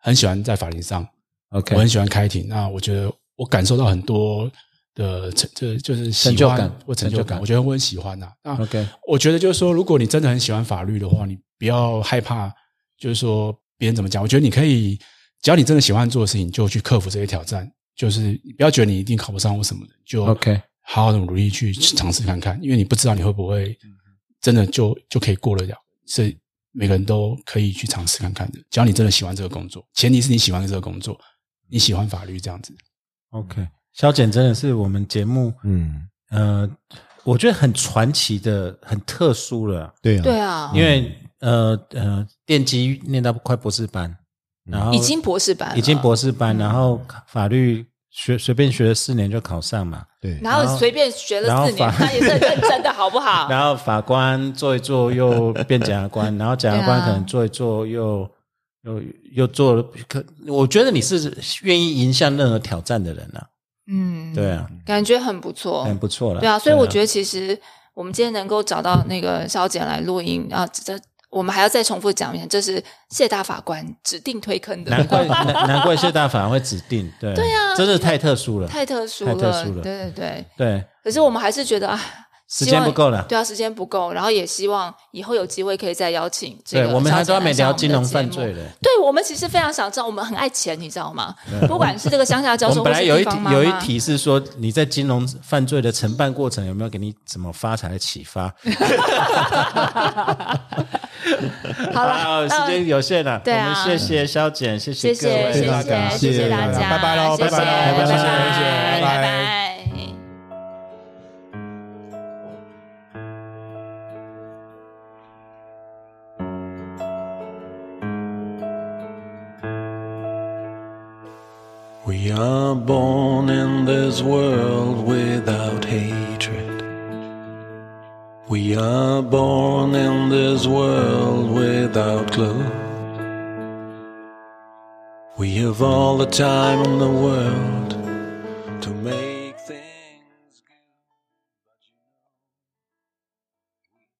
很喜欢在法庭上
OK
我很喜欢开庭。那我觉得我感受到很多的成，就就是喜
成
欢
就感
或成
成
就
就感
感，我觉得我很喜欢呐、那
OK
我觉得就是说，如果你真的很喜欢法律的话，你不要害怕，就是说别人怎么讲。我觉得你可以，只要你真的喜欢做的事情，你就去克服这些挑战。就是你不要觉得你一定考不上或什么的，就
OK
好好的努力去尝试看看，因为你不知道你会不会真的就就可以过得了。是每个人都可以去尝试看看的，只要你真的喜欢这个工作，前提是你喜欢这个工作，你喜欢法律这样子。
OK，肖简真的是我们节目，
嗯，
呃，我觉得很传奇的、很特殊了，
对啊，
对啊，
因为呃呃，电机念到快博士班，然后
已经博士班了，
嗯已经博士班，
嗯
然后法律学随便学了四年就考上嘛，
对
然后随便学
然后
了四年，
法
他也是很认真的，好不好？
然后法官做一做又变检
[laughs]
察官，然后检察官可能做一做又又又做了，可我觉得你是愿意迎向任何挑战的人啊，
嗯，
对，啊，
感觉很不错，
很不错了，
对啊，所以我觉
得
得其实我们今天能够找到那个肖姐来录音啊，这这我们还要再重复讲一遍，这是谢大法官指定推坑的，
难怪难难怪谢大法会指定，对对
啊
真的太特殊了，
[laughs] 太特殊
太
了，
特殊了
对对对。
对，
可是我们还是觉得啊，
时
希望
间不够了
对啊，时间不够，然后也希望以后有机会可以再邀请这个
对我们
肖
还
姐
专
来
门
上
聊
我们
金
的
融
节
犯
目
罪的。
对我们其实非常想知道，我们很爱钱，你知道吗？不管是这个乡下教
我
授，
们本来有一
或是
题
地方妈妈
有一题是说你在金融犯罪的承办过程有没有给你怎么发财的启发？
[laughs] 好
啊，
了，那
时间有限了，
对啊
我们谢谢肖简，谢
谢
各位，
谢谢
大家
谢谢大
谢谢
家，
拜拜喽
谢谢
拜拜
拜
拜
拜
拜谢谢拜拜
拜拜。
We are born in this world without hatred. We are born in this world without clue. We have all the time in the world